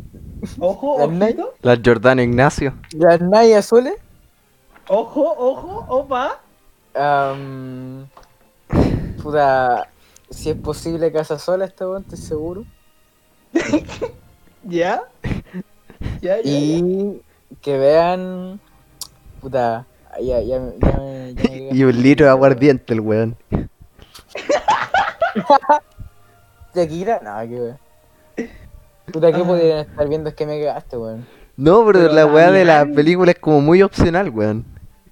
Ojo, La Nike. ojito, La Jordana Ignacio. las Nike azules. ojo, ojo, opa. am, puta, si es posible casa sola este weón, estoy seguro. Ya. Ya, ya. ya. Y que vean, puta, ya ya me- ya me- ya me- Y un litro de aguardiente el weón. Tequila, no, qué weón. Puta, ¿qué podrían estar viendo? Es que me cagaste, weón. No, pero, Pero la weá de la Damián. película es como muy opcional, weón.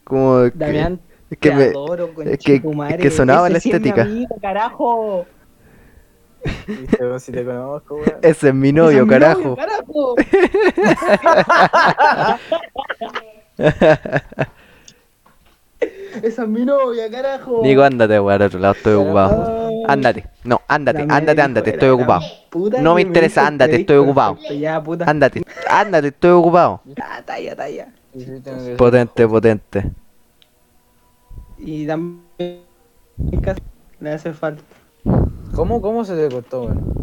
Como que- Damián, es que te me- adoro, es que- conchetumare. es que sonaba Ese la sí es mi estética. amigo, carajo. Viste, weón, si te conozco, weón. ese es mi novio, Ese es mi carajo. carajo. Esa es mi novia, carajo. Digo, ándate, weón, al otro lado, estoy ocupado. Ay, Ándate, no, ándate, Damián, ándate, hijo de ándate, la estoy gran ocupado. puta No que me interesa, hizo ándate, estoy entrevista. ocupado. Perfecto, Ya, puta. Ándate, ándate, estoy ocupado. Ah, talla, talla. Sí, sí, tengo que- Potente, potente. Y también cas- le hace falta ¿Cómo, ¿Cómo se te cortó, weón?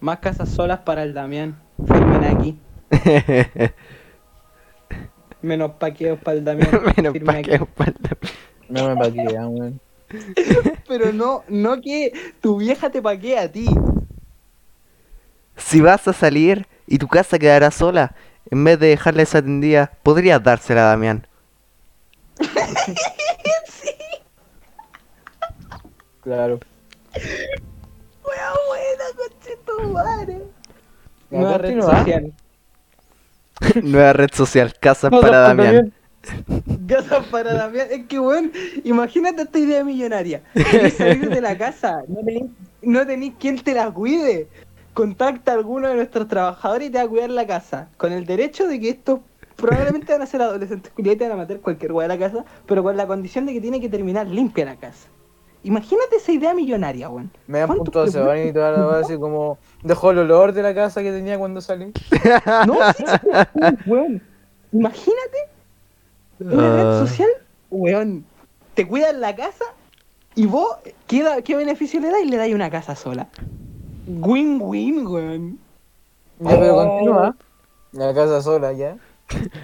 más casas solas para el Damián. Firmen aquí. Menos paqueos para el Damián. Menos Firme pa' aquí. que espalda. No me paquea, weón. Pero no, no que tu vieja te paquee a ti. Si vas a salir y tu casa quedará sola, en vez de dejarla desatendida, podrías dársela a Damián. Claro. Wea buena, conchito, madre. Ya, Nueva red continúa. social. Nueva red social, Casas No, no, para Damián. Casa para Damián. Es que, weón, imagínate esta idea millonaria. Querés salir de la casa, no tenés, no tenés quien te la cuide. Contacta a alguno de nuestros trabajadores y te va a cuidar la casa. Con el derecho de que estos probablemente van a ser adolescentes culiados y te van a matar cualquier weá de la casa, pero con la condición de que tiene que terminar limpia la casa. Imagínate esa idea millonaria, weón. Me dan ¿Cuánto puntos de le Sebani y toda la wea así como dejó el olor de la casa que tenía cuando salí. No, sí, sí, sí, weón. Imagínate una Ah. red social, weón. Te cuidan la casa y vos, ¿qué, da- qué beneficio le dais? Le dais una casa sola. Win-win, weón. Ya, pero Oh. continúa. La casa sola, ya.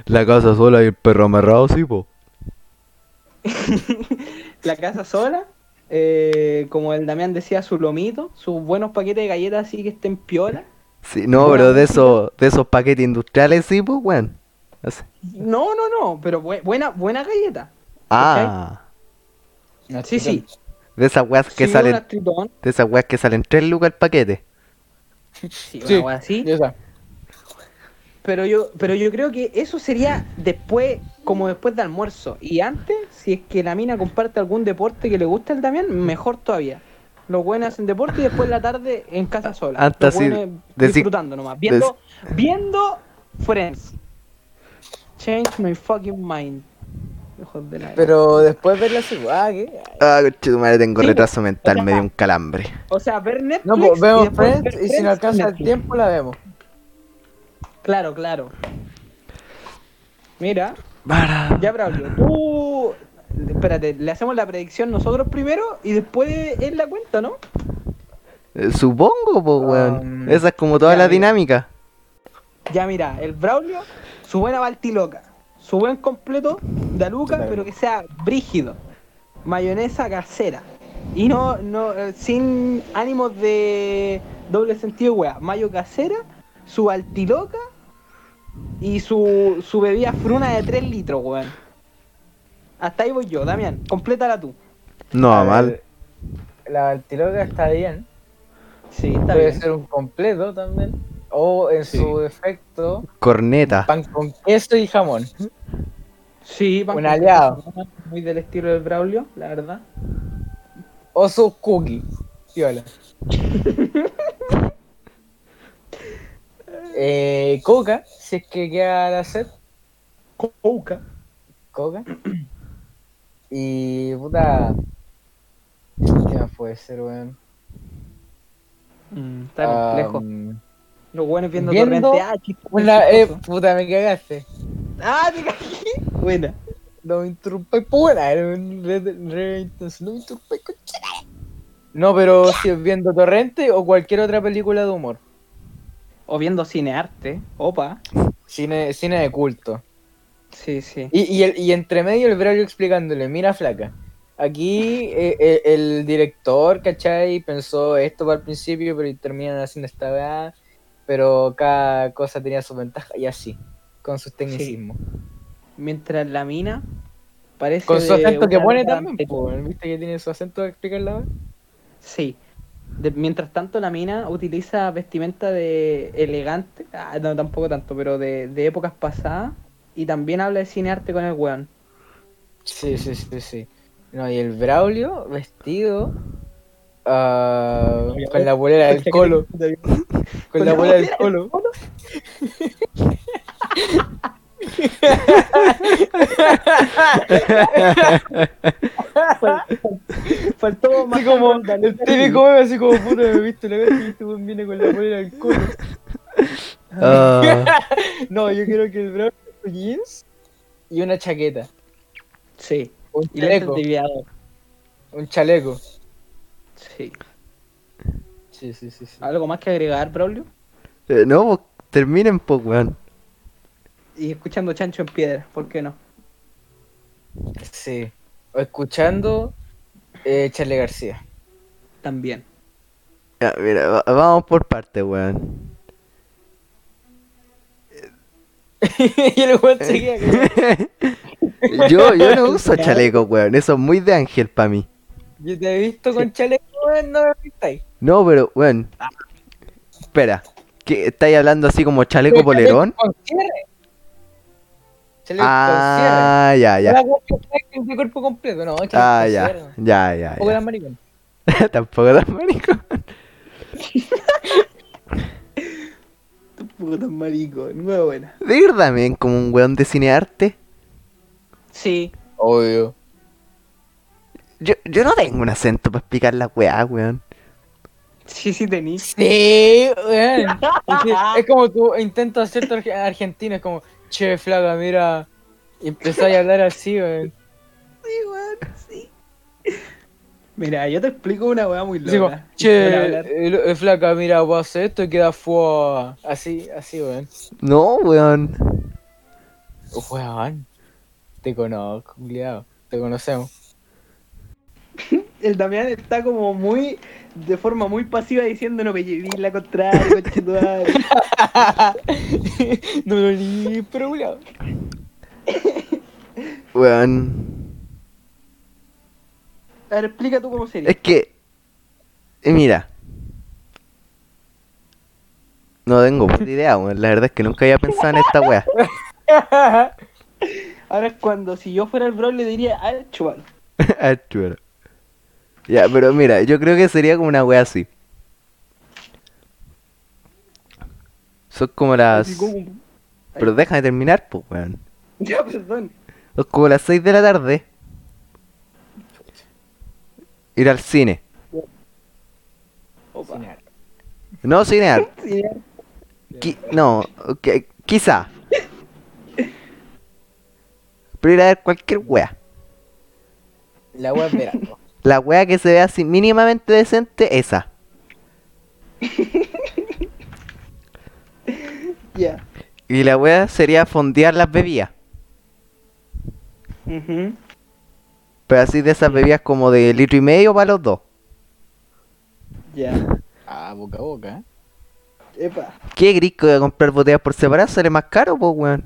La casa sola y el perro amarrado, sí, po. La casa sola, eh, como el Damián decía, su lomito, sus buenos paquetes de galletas así que estén piola. Sí, no, pero de esos, de esos paquetes industriales, sí, pues, weón. Así. No, no, no, pero bu- buena, buena galleta. Ah, Sí, sí. de esas weas que Sí, salen, unas tritón, de esas weas que salen tres lucas el paquete. sí, Sí. una wea así. Ya está. Pero yo, pero yo creo que eso sería después, como después de almuerzo. Y antes, si es que la mina comparte algún deporte que le gusta el Damián, mejor todavía. Los buenos hacen deporte y después en la tarde en casa sola. Hasta Los Ah, así, buenos deci- disfrutando nomás. Viendo, viendo Friends. Change my fucking mind. Hijos de la- Pero después ver la ciudad, ¿qué? Ah, coche tu madre, tengo Sí, retraso o mental, sea, me dio un calambre. O sea, ver Netflix. No, pues y vemos después ver Friends y si no alcanza el Netflix. tiempo la vemos. Claro, claro. Mira, Para. Ya, Braulio, tú. Espérate, le hacemos la predicción nosotros primero y después él la cuenta, ¿no? Eh, Supongo, po, weón. Um, Esa es como toda Ah, mm. ya, la mira. dinámica. Ya, mira, el Braulio, su buena baltiloca, su buen completo de Luca, pero que sea brígido, mayonesa casera. Y no, no, eh, sin ánimos de doble sentido, wea. Mayo casera, su baltiloca y su, su bebida fruna de 3 litros, weón. Hasta ahí voy yo, Damián, complétala tú. No, A ver, mal. La Baltiloca está bien. Sí, está Puede bien. ser un completo también. O en Sí. su defecto, Corneta. pan con queso y jamón. Sí, Un aliado. Muy del estilo del Braulio, la verdad. O su cookie. Viola. eh, coca, si es que queda la sed. Coca. Coca. Y puta. ¿Qué más puede ser, weón? Mm, está complejo. Am, Los buenos viendo, Ah, viendo torrente. Ah, chiste una, eh, chistoso. puta, me cagaste. Ah, te caí. Buena. No me interrumpáis, pura. Era un eh, re- re intenso. No me interrumpáis, conchera. No, pero si es viendo Torrente o cualquier otra película de humor. O viendo cinearte. Opa. Cine, cine de culto. Sí, sí. Y, y, el- y entre medio el Braulio explicándole, mira flaca, aquí eh, eh, el director, ¿cachai? Pensó esto para el principio, pero terminan haciendo esta weá, pero cada cosa tenía su ventaja y así, con sus tecnicismos. Mientras la mina parece. Con su de acento que una pone nota también, anterior. po, viste que tiene su acento de explicar la weá. Sí. De- mientras tanto, la mina utiliza vestimenta de elegante. Ah, no, tampoco tanto, pero de, de épocas pasadas. Y también habla de cinearte con el weón. Sí, sí, sí, sí. No, y el Braulio vestido ah, con la bolera del colo, con la bolera del colo. Faltó más Así como el típico meme, así como puta, me viste la cara y este weón viene con la polera al culo. Ah, No, yo quiero que el brazo jeans y una chaqueta. Sí. Un Y lentes chaleco. desviador. Un chaleco. Sí. Sí, sí, sí. sí. ¿Algo más que agregar, Braulio? eh, no, pues, terminen, po, weón. Y escuchando Chancho en Piedra, ¿por qué no? Sí. O escuchando eh, Charlie García. También. Ya, mira, va- vamos por parte, weón. y el weón seguía. Yo, yo no uso chaleco, weón. Eso es muy de ángel para mí. Yo te he visto con chaleco, weón, no me pintáis. No, pero, weón. espera. ¿Qué, ¿Estáis hablando así como chaleco polerón? Con cierre. Se le Ah, ya, con cierre. ya. La weá que está de cuerpo completo, no. es que Ah, con ya. cierre. Ya, ya, O ya. gran maricón. Tampoco tan maricón. Puta marico, muy buena. De ir también como un weón de cinearte. Sí, Obvio. Yo, yo no tengo un acento para explicar la weá, weón. sí, sí tenís. Sí, weón. Es, que- es como tu intento hacer tu arge- argentino, es como, che, flaca, mira. Y empezáis a hablar así, weón. Sí, weón, sí. Mira, yo te explico una weá muy Así como, loca. Para che, hablar. eh, eh, flaca, mira, voy a hacer esto y queda fuego. Así, así, weón. No, weón. Weón. Te conozco, culiao. Te conocemos. El Damián está como muy, de forma muy pasiva diciendo no me lleví la contraria, coche tu madre". no lo ni, pero culiao. Weón. A ver, explica tú cómo sería. Es que. eh, Mira. No tengo puta idea, weón. La verdad es que nunca había pensado en esta weá. Ahora es cuando, si yo fuera el bro, le diría, a ver, chaval. Ah, chulo. Ya, pero mira, yo creo que sería como una wea así. Son como las. Así como- Pero déjame terminar, pues, weón. Ya, perdón. Son como las 6 de la tarde. Ir al cine. Opa. No cinear. Sí, ya. qui- no, ok, quizá. Pero ir a ver cualquier wea. La weá es verano. La wea que se vea así mínimamente decente, esa. Ya. Y la wea sería fondear las bebidas. Ujú. Pero así de esas bebidas como de litro y medio para los dos. Ya. Ah, boca a boca, eh. Epa. ¿Qué grisco de comprar botellas por separado? Sale más caro, pues, weón.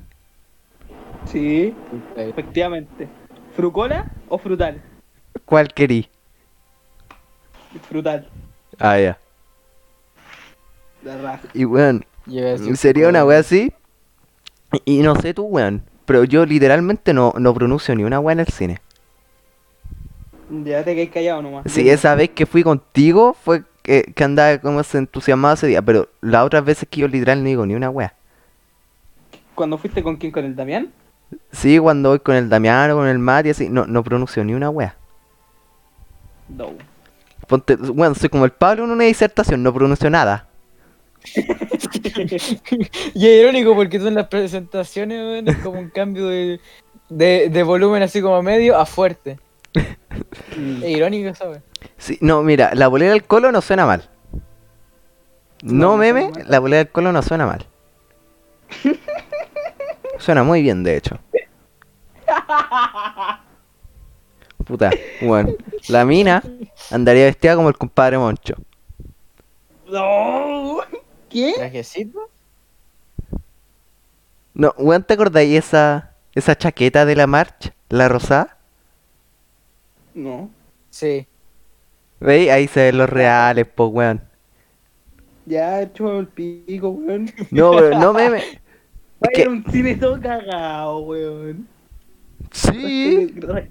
Sí, Eh, efectivamente. ¿Frucola o frutal? ¿Cuál querí? Frutal. Ah, ya. La raja. Y weón, yo iba a decir- sería una wea así. Y no sé tú, weón. Pero yo literalmente no, no pronuncio ni una wea en el cine. Ya te quedé callado nomás. Sí, esa vez que fui contigo fue que, que andaba como se entusiasmaba ese día. Pero las otras veces que yo literal no digo ni una wea. ¿Cuándo fuiste con quién? ¿Con el Damián? Sí, cuando voy con el Damiano, con el Mati, así, no, no pronuncio ni una wea. No. Ponte, weón, soy como el Pablo en una disertación, no pronuncio nada. Y es irónico porque son las presentaciones, weón, es como un cambio de, de, de volumen así como a medio a fuerte. Eh, Es irónico, ¿sabes? Sí, no, mira, la bolera del colo no suena mal. No, No, no meme, suena mal. la bolera del colo no suena mal. suena muy bien, de hecho. Puta, bueno, la mina andaría vestida como el compadre Moncho. No. ¿Qué? Eh. ¿Trajecito? No, weón, ¿te acordáis esa, esa chaqueta de la marcha? La rosada. No. Sí. ¿Veis? Ahí se ven los reales, po, weón. Ya, chúpame el pico, weón. No, pero no meme. Vaya ¿Qué? a un cine todo cagado, weón. Sí, Rasca de-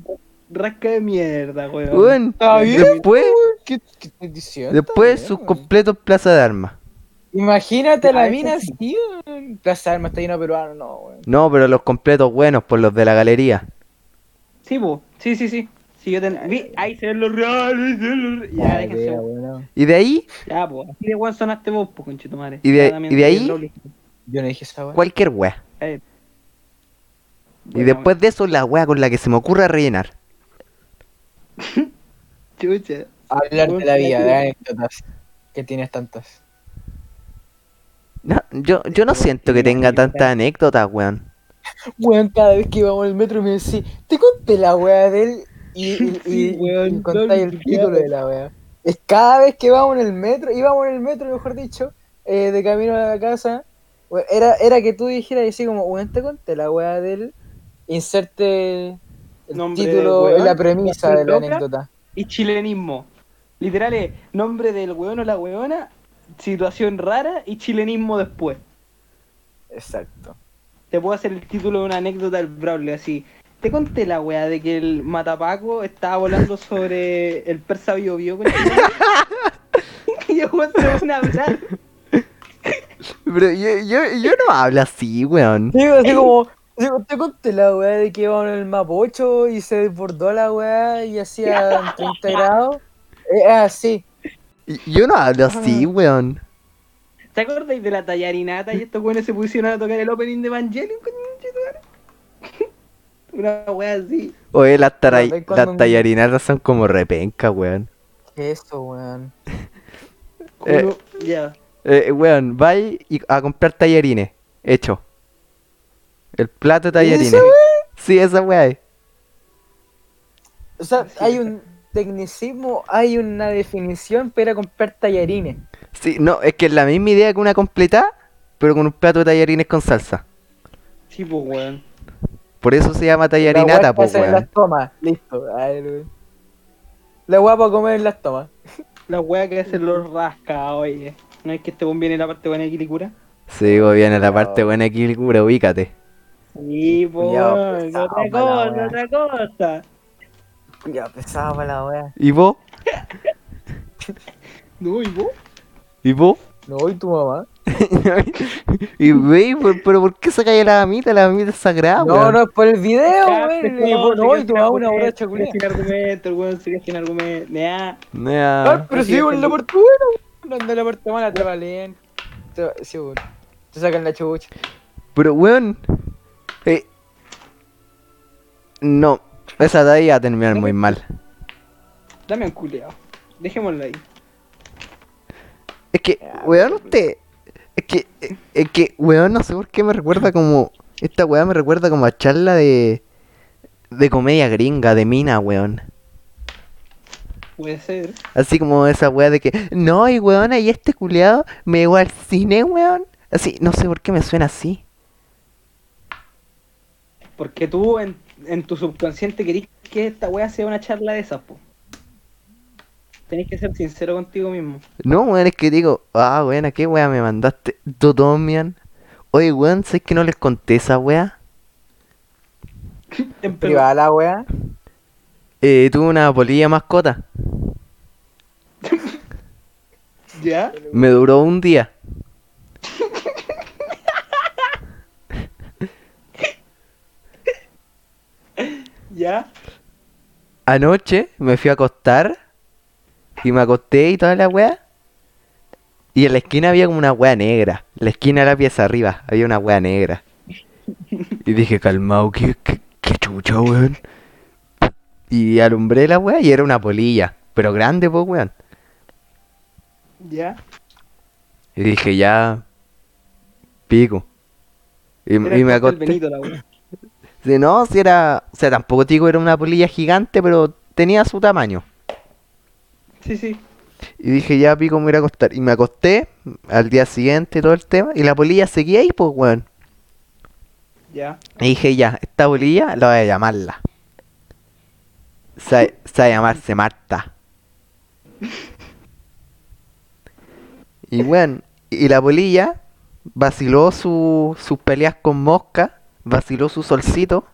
Rasca de mierda, weón. weón. Está bien, Después, ¿Qué, qué estoy diciendo? después weón? sus completos plaza de armas. Imagínate Ah, la eso mina sí. así, weón. Plaza de Armas está llena de peruanos, no, weón. No, pero los completos buenos, por los de la galería. Sí, po. Sí, sí, sí. Sí, yo ten... Vi, ahí se ven los reales. se ven los reales. Ya, Ay, déjense. vea, weón. weón. Y de ahí, Ya, po. Así de weón sonaste vos, po, conchetumare. ¿Y de- Ya, Damián, y de sí, ahí? el doble. Yo no dije esa weón. cualquier wea. Eh. Y después de eso, la wea con la que se me ocurra rellenar. Chucha. Hablar de la Weón, vida, sí. de anécdotas. Que tienes tantas. No, yo, yo no siento que tenga tanta anécdota, weón. Weón, cada vez que íbamos al metro me decís, te conté la weá de él y, y, Sí, y- weón, y contáis el no, título de la weá. Es cada vez que vamos en el metro, íbamos en el metro, mejor dicho, eh, de camino a la casa, weón, era, era que tú dijeras así como, weón, te conté la weá del inserte el Nombre título, del weón, la premisa la de la loca. anécdota. Y chilenismo. Literal es nombre del weón o la weona situación rara y chilenismo después. Exacto. Te puedo hacer el título de una anécdota del Braulio, así. Te conté la weá de que el Matapaco estaba volando sobre el persa Bio Bio. con el- y yo weón, se van a hablar. Pero yo, yo, yo no hablo así, weón. Digo, así como, digo, te conté la weá de que iba en el Mapocho y se desbordó la weá y hacía 30 grados. Eh, ah, Es así. Yo no hablo así, weón. ¿Te acordáis de la tallarinata y estos weones se pusieron a tocar el opening de Evangelion? conchetumare? Una weá así. Oye, las, taray- Cuando- cuando las me- tallarinatas son como repenca, weón. ¿Qué es eso, weón? Eh. Uno- Ya. Eh, weón, vais y- a comprar tallarines. Hecho. El plato de tallarines. Sí, esa weá es. O sea, hay un tecnicismo, hay una definición para comprar tallarines. Sí, no, es que es la misma idea que una completada, pero con un plato de tallarines con salsa. Sí, pues weón. Por eso se llama La tallarinata, weá pues, en weón. las tomas, listo. A ver, weón. La weá para comer en las tomas. La weá que hacen los rasca, oye. No es que este weón viene la parte buena de Kirikura. Sí, weón, viene la parte buena aquí, Kilgura, ubícate. Sí, pues, Culiao weón, pesado, otra mala cosa, otra cosa. Ya pesaba para la weá. ¿Y vos? No, ¿y vos? ¿Y vos? No, y tu mamá. y wey, por- pero ¿por qué sacáis a la mamita? La mamita es sagrada, No, Ah, weón. no, es por el video, Ya, weón. pesado, Y vos- No, y sigue tu sin mamá una argumento, sigue borracha culia. Sin argumento, el weón sigue sin argumento. Ya. Ya. Ah, pero Así si es, digo en la Felipe. parte buena, weón, anda en la parte mala, te valen. Te- Sí, weón. Te sacan la chubucha. Pero, weón. eh, No, esa de ahí va a terminar muy mal. Dame un culeado. Dejémoslo ahí. Es que, weón, usted. Es que, eh, es que, weón, no sé por qué me recuerda como. Esta weá me recuerda como a charla de. De comedia gringa, de mina, weón. Puede ser. Así como esa weá de que. No, y weón, ahí este culeado me llegó al cine, weón. Así, no sé por qué me suena así. Porque tú en, en tu subconsciente querís que esta weá sea una charla de esas, po. Tenés que ser sincero contigo mismo. No, weón, es que digo, ah, weón, ¿a qué weá me mandaste? Totomian. Oye, weón, ¿sabes que no les conté esa weá? En Privada la weá. Eh, tuve una polilla mascota. ¿Ya? Me duró un día. ¿Ya? Anoche me fui a acostar y me acosté y toda la weá. Y en la esquina había como una weá negra. En la esquina de la pieza arriba había una weá negra. Y dije, calmao, qué, qué, qué chucha, weón. Y alumbré la weá y era una polilla. Pero grande, pues, weón. ¿Ya? Y dije, ya. Pico. Y, Era y el me Pastel acosté. Benito, la weá. Sí, no, si era. O sea, tampoco te digo era una polilla gigante, pero tenía su tamaño. Sí, sí. Y dije, ya pico, me voy a ir a acostar. Y me acosté al día siguiente, todo el tema. Y la polilla seguía ahí, pues, weón. ¿Ya? Y dije, ya, esta polilla la voy a llamarla. Se, va- se va a llamarse Marta. Y weón, y la polilla vaciló su- sus peleas con mosca, vaciló su solcito.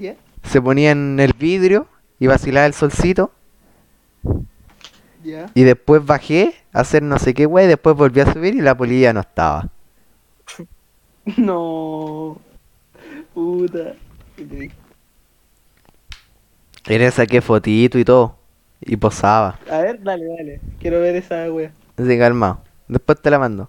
¿Ya? se ponía en el vidrio y vacilaba el solcito. ¿Ya? Y después bajé a hacer no sé qué wey, después volví a subir y la polilla no estaba. No. Puta. Qué triste. Y le saqué fotito y todo. Y posaba. A ver, dale, dale. Quiero ver esa wea. Así calmado. Después te la mando.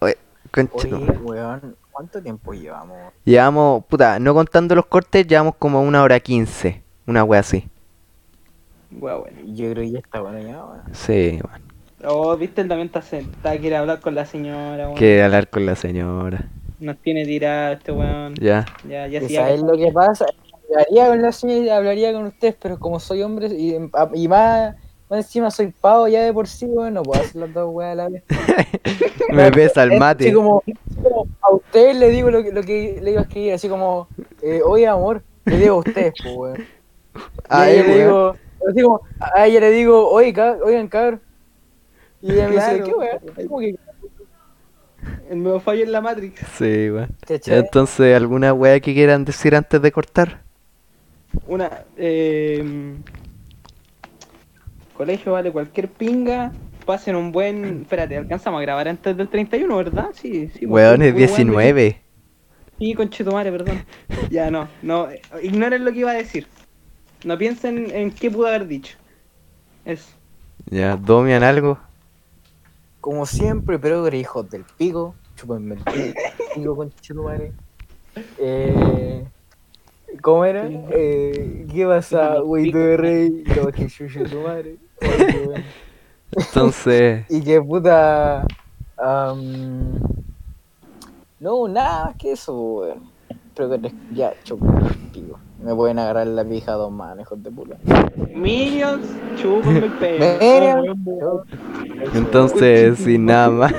Oye, conche tu Oye, madre. weón, ¿cuánto tiempo llevamos? Llevamos, puta, no contando los cortes, llevamos como una hora quince. Una wea así. Wea, bueno. Yo creo que ya está bueno ya, weón. Sí, weón. Oh, viste, él también está sentado. Quiere hablar con la señora, weón. Quiere hablar con la señora. Nos tiene tirado este weón. Ya. Ya, ya, ¿Y sí, ya. sabes lo que pasa? Hablaría con la señora, hablaría con ustedes, pero como soy hombre y, y más, más encima soy pavo ya de por sí, weón, no puedo hacer las dos weas a la vez. Me besa el Es mate. Así como, así como a ustedes le digo lo que, lo que le iba a escribir, así como, eh, oye amor, le digo a ustedes, pues, weón. Y Ay, a ella le weón. digo, así como, a ella le digo, oye, cab- oigan, cabrón, Y ella me dice, Claro. ¿qué weón? Como que El nuevo fallo en la Matrix. Sí, weón. ¿Cachai? Entonces, ¿alguna weá que quieran decir antes de cortar? Una. eh, colegio vale cualquier pinga. Pasen un buen. Espérate, alcanzamos a grabar antes del 31, ¿verdad? Sí, sí. pues, Weón, porque- es 19. Sí, conchetumare, perdón. Ya, no, no. eh, Ignoren lo que iba a decir. No piensen en qué pudo haber dicho. Eso. Ya, domian algo. Como siempre, pero hijos del pico. Chúpenme el pico con madre. Eh, ¿Cómo era? Eh, ¿Qué pasa, güey de rey? Lo que chucho tu madre. Ay, qué bueno. Entonces, Y que puta. am, no, nada más que eso, weón. Pero que les- ya, chupen el pico. Me pueden agarrar la pija a dos manos, hijos de puta. Minions, chúpenme el pelo. Minions. entonces, sin nada más.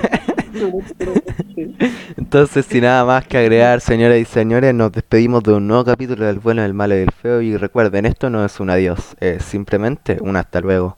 Entonces, sin nada más que agregar, señoras y señores, nos despedimos de un nuevo capítulo del bueno, del malo y del feo. Y recuerden, esto no es un adiós, es simplemente un hasta luego.